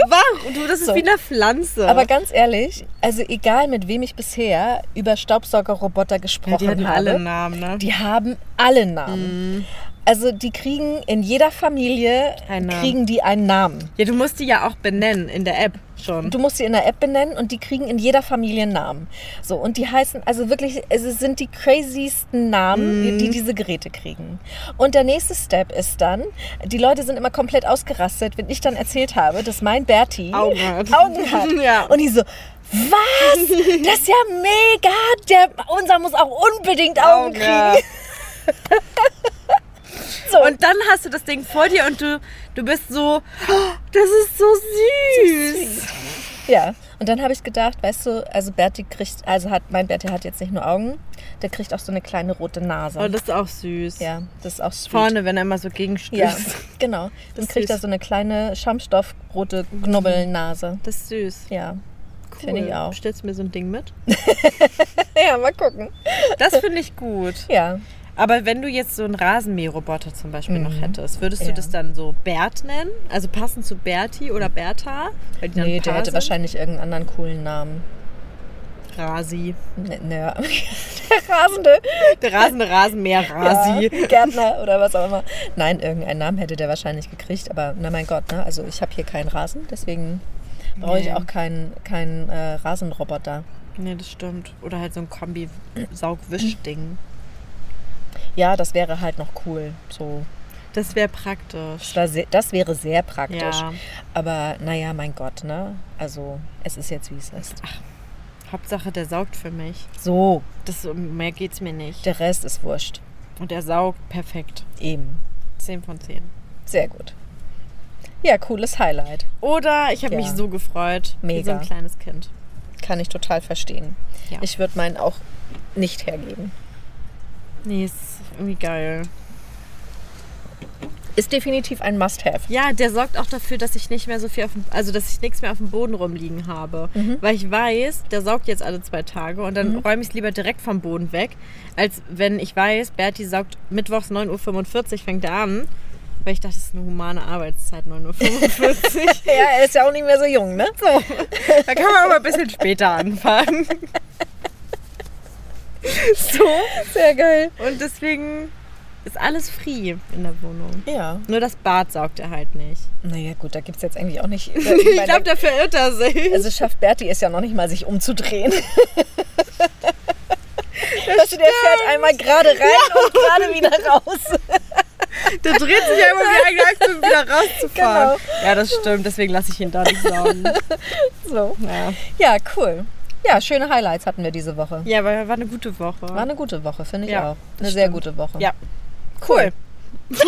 B: Warum? Du, das ist
C: So.
B: wie eine Pflanze.
C: Aber ganz ehrlich, also egal mit wem ich bisher über Staubsaugerroboter
B: ja,
C: gesprochen
B: die hatten
C: habe,
B: alle Namen, Mhm. ne?
C: die haben alle Namen. Also die kriegen in jeder Familie
B: Einen Namen.
C: kriegen die einen Namen.
B: Ja, du musst die ja auch benennen in der App schon.
C: Du musst sie in der App benennen und die kriegen in jeder Familie einen Namen. So, und die heißen, also wirklich, es sind die craziesten Namen, die,
B: Mhm.
C: die diese Geräte kriegen. Und der nächste Step ist dann, die Leute sind immer komplett ausgerastet, wenn ich dann erzählt habe, dass mein Berti
B: Augen hat.
C: Augen hat.
B: Ja.
C: Und die so, was? Das ist ja mega. Der, unser muss auch unbedingt Augen kriegen.
B: Ja.
C: So.
B: Und dann hast du das Ding vor dir und du, du bist so, "Oh, das ist so süß.
C: Ja, und dann habe ich gedacht, weißt du, also Berti kriegt, also hat mein Berti hat jetzt nicht nur Augen, der kriegt auch so eine kleine rote Nase.
B: Oh, das ist auch süß.
C: ja, das ist auch sweet.
B: Vorne, wenn er immer so
C: Ja,
B: gegenstößt.
C: genau.
B: Das
C: Dann
B: ist
C: kriegt er
B: süß.
C: so eine kleine Schaumstoffrote Knubbelnase.
B: Das ist süß.
C: Ja.
B: Cool.
C: Finde ich auch.
B: Stellst du mir so ein Ding mit?
C: Ja, mal gucken.
B: Das finde ich gut.
C: Ja.
B: Aber wenn du jetzt so einen Rasenmäherroboter zum Beispiel noch hättest, würdest du
C: Mhm. Ja.
B: das dann so Bert nennen? Also passend zu Berti oder Bertha? Weil die dann
C: Nee,
B: ein
C: der
B: Paar
C: hätte
B: sind?
C: wahrscheinlich irgendeinen anderen coolen Namen.
B: Rasi.
C: N- Naja. Der Rasende.
B: Der rasende Rasenmäher Rasi.
C: Ja, Gärtner oder was auch immer. Nein, irgendeinen Namen hätte der wahrscheinlich gekriegt, aber na mein Gott, ne? Also ich habe hier keinen Rasen, deswegen brauche ich
B: Nee.
C: auch keinen keinen äh, Rasenroboter.
B: Nee, das stimmt. Oder halt so ein Kombi-Saugwisch-Ding.
C: Ja, das wäre halt noch cool. So,
B: Das wäre praktisch.
C: das, war sehr, das wäre sehr praktisch.
B: Ja.
C: Aber naja, mein Gott, ne? Also es ist jetzt wie es ist.
B: Hauptsache, der saugt für mich.
C: So,
B: Das, um mehr geht's mir nicht.
C: der Rest ist wurscht.
B: Und er saugt perfekt.
C: Eben.
B: 10 von 10.
C: Sehr gut. Ja, cooles Highlight.
B: Oder ich habe
C: Ja.
B: mich so gefreut. Wie so
C: Mega.
B: ein kleines Kind.
C: Kann ich total verstehen.
B: Ja.
C: Ich würde meinen auch nicht hergeben.
B: Nee, ist irgendwie geil.
C: Ist definitiv ein Must-Have.
B: Ja, der sorgt auch dafür, dass ich nicht mehr so viel auf dem, also dass ich nichts mehr auf dem Boden rumliegen habe. Weil ich weiß, der saugt jetzt alle zwei Tage und dann räume ich es lieber direkt vom Boden weg, als wenn ich weiß, Berti saugt mittwochs 9.45 Uhr, fängt er an. weil ich dachte, das ist eine humane Arbeitszeit, 9.45 Uhr.
C: Ja, er ist ja auch nicht mehr so jung, ne? So.
B: Da kann man aber ein bisschen später anfangen.
C: so. Sehr geil.
B: Und deswegen ist alles free in der Wohnung.
C: Ja.
B: Nur das Bad saugt er halt nicht.
C: Naja, gut, da gibt es jetzt eigentlich auch nicht.
B: Ich glaube, da verirrt er sich.
C: also schafft Berti es ja noch nicht mal, sich umzudrehen. Das der fährt einmal gerade rein und gerade wieder raus.
B: Der dreht sich ja immer wie ein Achse, um wieder rauszufahren. Ja, das stimmt. Deswegen lasse ich ihn da nicht saugen.
C: Genau, So.
B: Ja.
C: Ja, cool. Ja, schöne Highlights hatten wir diese Woche.
B: ja, aber war eine gute Woche.
C: War eine gute Woche, finde ich
B: Ja,
C: auch.
B: das
C: Eine sehr
B: stimmt.
C: gute Woche.
B: ja. Cool.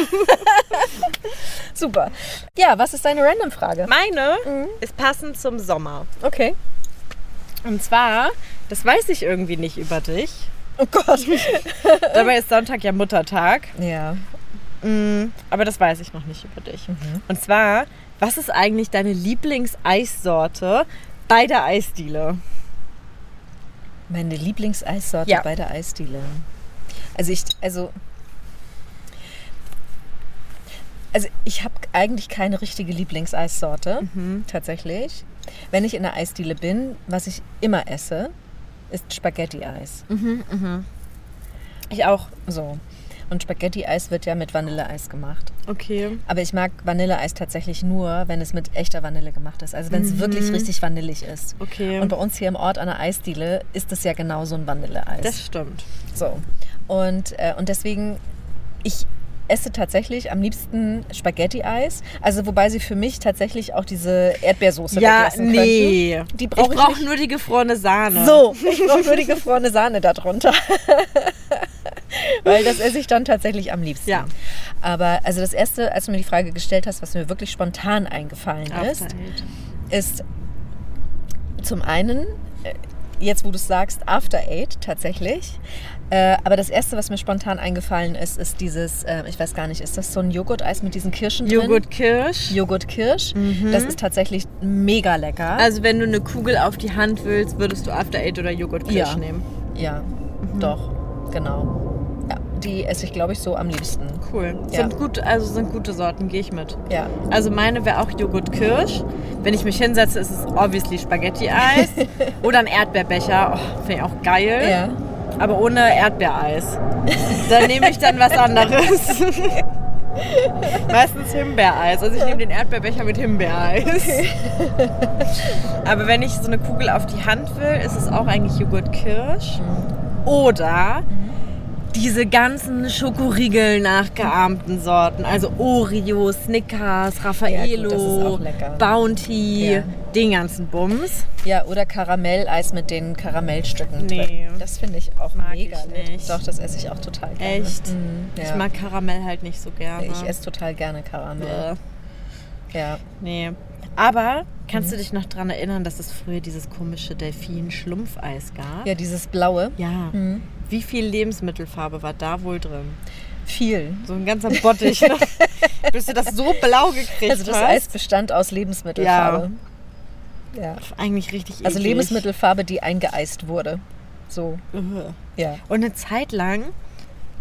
C: Super. Ja, was ist deine Random-Frage?
B: Meine
C: Mhm.
B: ist passend zum Sommer.
C: Okay.
B: Und zwar, das weiß ich irgendwie nicht über dich.
C: Oh Gott. Äh,
B: Dabei ist Sonntag ja Muttertag.
C: Ja. Mhm.
B: Mm, Aber das weiß ich noch nicht über dich. Und zwar, was ist eigentlich deine Lieblingseissorte bei der Eisdiele?
C: Meine Lieblingseissorte
B: Ja.
C: bei der Eisdiele. Also ich, also. Also ich habe eigentlich keine richtige Lieblingseissorte, tatsächlich. Wenn ich in der Eisdiele bin, was ich immer esse, ist Spaghetti-Eis. Ich auch so. Und Spaghetti-Eis wird ja mit Vanilleeis gemacht.
B: Okay.
C: Aber ich mag Vanilleeis tatsächlich nur, wenn es mit echter Vanille gemacht ist. Also wenn es wirklich richtig vanillig ist.
B: Mhm. Okay.
C: Und bei uns hier im Ort an der Eisdiele ist es ja genau so ein Vanilleeis.
B: das stimmt.
C: so. Und, äh, und deswegen, ich esse tatsächlich am liebsten Spaghetti-Eis. Also wobei sie für mich tatsächlich auch diese Erdbeersoße weglassen könnten. Die brauche ich,
B: ich brauche
C: nicht.
B: nur die gefrorene Sahne.
C: So, ich brauche nur die gefrorene Sahne darunter. Weil das esse ich dann tatsächlich am liebsten.
B: Ja.
C: Aber also das Erste, als du mir die Frage gestellt hast, was mir wirklich spontan eingefallen ist,
B: Upside.
C: ist zum einen, äh, jetzt wo du es sagst, After Eight tatsächlich. Äh, aber das Erste, was mir spontan eingefallen ist, ist dieses, äh, ich weiß gar nicht, ist das so ein Joghurt-Eis mit diesen Kirschen
B: Joghurt
C: drin?
B: Mhm. Kirsch.
C: Joghurt-Kirsch. Das ist tatsächlich mega lecker.
B: Also wenn du eine Kugel auf die Hand willst, würdest du After Eight oder Joghurt Kirsch
C: Ja.
B: nehmen.
C: ja,
B: Mhm.
C: doch, genau. Ja, die esse ich, glaube ich, so am liebsten.
B: Cool.
C: Ja.
B: Sind gut, also sind gute Sorten, gehe ich mit.
C: Ja,
B: Also meine wäre auch Joghurt Kirsch. Wenn ich mich hinsetze, ist es obviously Spaghetti-Eis. oder ein Erdbeerbecher. Oh, Finde ich auch geil.
C: ja.
B: Aber ohne Erdbeereis. Dann nehme ich dann was anderes. Meistens Himbeereis. Also ich nehme den Erdbeerbecher mit Himbeereis. Aber wenn ich so eine Kugel auf die Hand will, ist es auch eigentlich Joghurt Kirsch. Oder diese ganzen Schokoriegel nachgeahmten Sorten. Also Oreo, Snickers,
C: das ist auch
B: Raffaello,
C: lecker.
B: Bounty,
C: Ja.
B: den ganzen Bums.
C: Ja, oder Karamelleis mit den Karamellstücken
B: Nee.
C: drin. Das finde ich auch
B: Mag
C: mega
B: ich
C: lecker.
B: nicht.
C: Doch, das esse ich auch total gerne.
B: Echt?
C: Mhm, ja.
B: Ich mag Karamell halt nicht so gerne.
C: Ich esse total gerne Karamell.
B: Bäh.
C: Ja.
B: Nee. Aber kannst du
C: Mhm.
B: dich noch daran erinnern, dass es früher dieses komische Delfin-Schlumpfeis gab?
C: ja, dieses blaue.
B: Ja.
C: Mhm.
B: Wie viel Lebensmittelfarbe war da wohl drin?
C: Viel.
B: So ein ganzer Bottich. ne? Bis du das so blau gekriegt
C: Also das
B: hast.
C: Eis bestand aus Lebensmittelfarbe. Ja.
B: Eigentlich richtig eklig.
C: Also Lebensmittelfarbe, die eingeeist wurde. So,
B: Ugh.
C: ja.
B: Und eine Zeit lang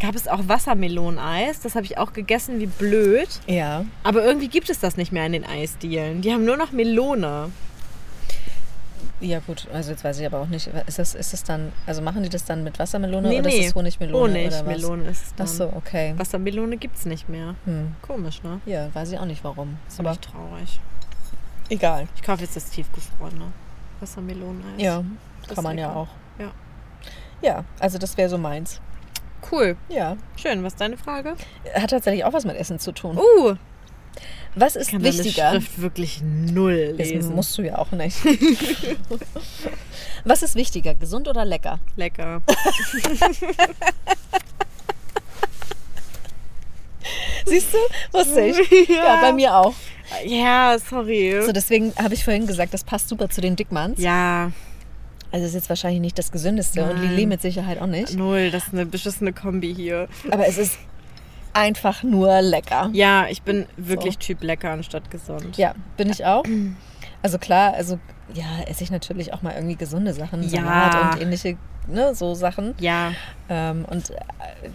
B: gab es auch Wassermeloneis. Das habe ich auch gegessen wie blöd.
C: Ja.
B: Aber irgendwie gibt es das nicht mehr in den Eisdielen. Die haben nur noch Melone.
C: Ja gut, also jetzt weiß ich aber auch nicht, ist das, ist das dann, also machen die das dann mit Wassermelone oder ist das Honigmelone oder was?
B: Honigmelone Oh ist es dann.
C: Ach so, okay.
B: Wassermelone gibt es nicht mehr.
C: Hm.
B: Komisch, ne?
C: Ja, weiß ich auch nicht warum.
B: Ist aber
C: Aber
B: echt traurig.
C: egal.
B: Ich kaufe jetzt das ne? tiefgefrorene Wassermeloneneis.
C: Ja,
B: Das
C: kann man
B: ist
C: ja
B: lecker.
C: auch.
B: Ja.
C: Ja, also das wäre so meins.
B: Cool.
C: Ja.
B: Schön. Was ist deine Frage?
C: Hat tatsächlich auch was mit Essen zu tun.
B: Uh,
C: Was ist
B: kann
C: wichtiger?
B: deine Schrift wirklich null
C: Das
B: lesen.
C: musst du ja auch nicht. Was ist wichtiger, gesund oder lecker?
B: lecker.
C: Siehst du? Wusste ich. Ja, bei mir auch.
B: Ja, sorry.
C: So, deswegen habe ich vorhin gesagt, das passt super zu den Dickmanns.
B: ja,
C: Also ist jetzt wahrscheinlich nicht das Gesündeste und
B: Nein.
C: Lillet mit Sicherheit auch nicht.
B: null. Das ist eine beschissene Kombi hier.
C: Aber es ist einfach nur lecker.
B: Ja, ich bin wirklich
C: So.
B: Typ lecker anstatt gesund.
C: Ja, bin ich auch. Also klar, also ja, esse ich natürlich auch mal irgendwie gesunde Sachen,
B: Ja.
C: Salat und ähnliche ne, so Sachen.
B: Ja,
C: Ähm, und äh,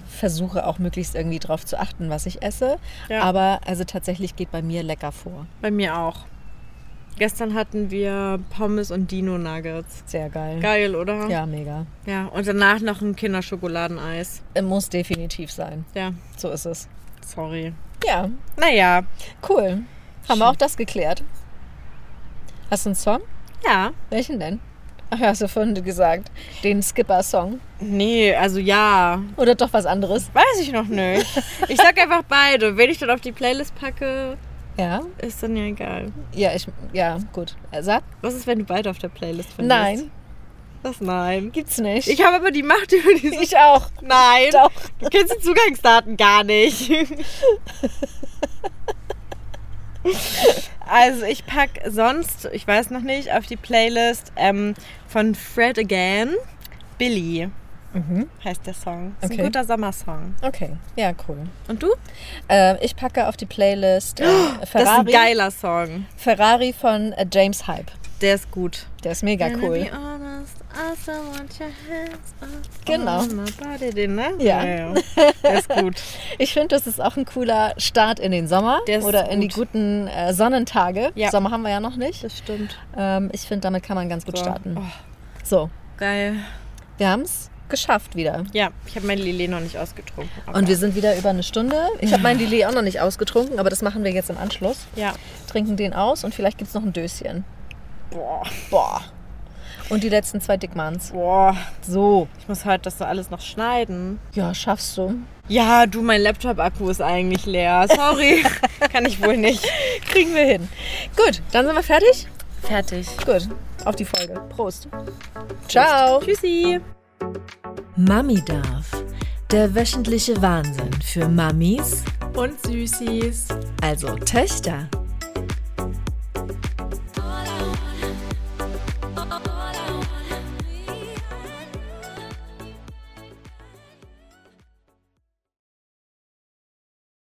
C: versuche auch möglichst irgendwie drauf zu achten, was ich esse.
B: Ja.
C: Aber also tatsächlich geht bei mir lecker vor.
B: bei mir auch. Gestern hatten wir Pommes und Dino-Nuggets.
C: Sehr geil.
B: Geil, oder?
C: Ja, mega.
B: ja. Und danach noch ein Kinderschokoladeneis.
C: Äh, Muss definitiv sein.
B: Ja,
C: So ist es.
B: sorry.
C: Ja,
B: Naja,
C: cool. Haben
B: Schön.
C: wir auch das geklärt. Hast du einen Song?
B: ja.
C: Welchen denn? Ach ja, hast du vorhin gesagt. Den Skipper-Song.
B: Nee, also ja.
C: Oder doch was anderes.
B: Weiß ich noch nicht. Ich sag einfach beide. Wenn ich dann auf die Playlist packe,
C: Ja?
B: ist dann ja egal.
C: Ja, ich. Ja, gut. Sag?
B: Was ist, wenn du beide auf der Playlist findest?
C: Nein,
B: Was nein?
C: gibt's nicht.
B: Ich habe aber die Macht über diese.
C: ich auch.
B: Nein.
C: Doch.
B: Du kennst die Zugangsdaten gar nicht. Also ich pack sonst, ich weiß noch nicht, auf die Playlist ähm, von Fred Again, Billy
C: Mhm.
B: heißt der Song. Ist
C: Okay.
B: ein guter Sommersong.
C: Okay. Ja, cool.
B: Und du?
C: Äh, ich packe auf die Playlist äh,
B: Das ist ein
C: Ferrari,
B: geiler Song.
C: Ferrari von äh, James Hype.
B: Der ist gut.
C: Der ist mega
B: Gonna
C: cool.
B: be honest, also want your hands up
C: Genau.
B: on my body, den, ne?
C: Ja.
B: ja. Der ist gut.
C: Ich finde, das ist auch ein cooler Start in den Sommer
B: Der ist
C: oder in die
B: gut.
C: guten äh, Sonnentage.
B: Ja.
C: Sommer haben wir ja noch nicht.
B: Das stimmt.
C: Ähm, ich finde, damit kann man ganz gut
B: So.
C: starten.
B: Oh,
C: So,
B: geil.
C: wir haben es geschafft wieder.
B: Ja, ich habe mein Lillet noch nicht ausgetrunken. aber-
C: Und wir sind wieder über eine Stunde. Ich habe meinen Lillet auch noch nicht ausgetrunken, aber das machen wir jetzt im Anschluss.
B: Ja.
C: Trinken den aus und vielleicht gibt es noch ein Döschen.
B: Boah,
C: Boah. Und die letzten zwei Dickmanns.
B: boah.
C: So.
B: Ich muss heute das so alles noch schneiden.
C: Ja, schaffst du.
B: Ja, du, mein Laptop-Akku ist eigentlich leer. Sorry. Kann ich wohl nicht.
C: Kriegen wir hin. Gut, dann sind wir fertig.
B: Fertig.
C: Gut, auf die Folge. Prost. Ciao.
B: Tschüssi.
A: Mami darf. Der wöchentliche Wahnsinn für Mamis,
D: Und Süßis.
A: also Töchter.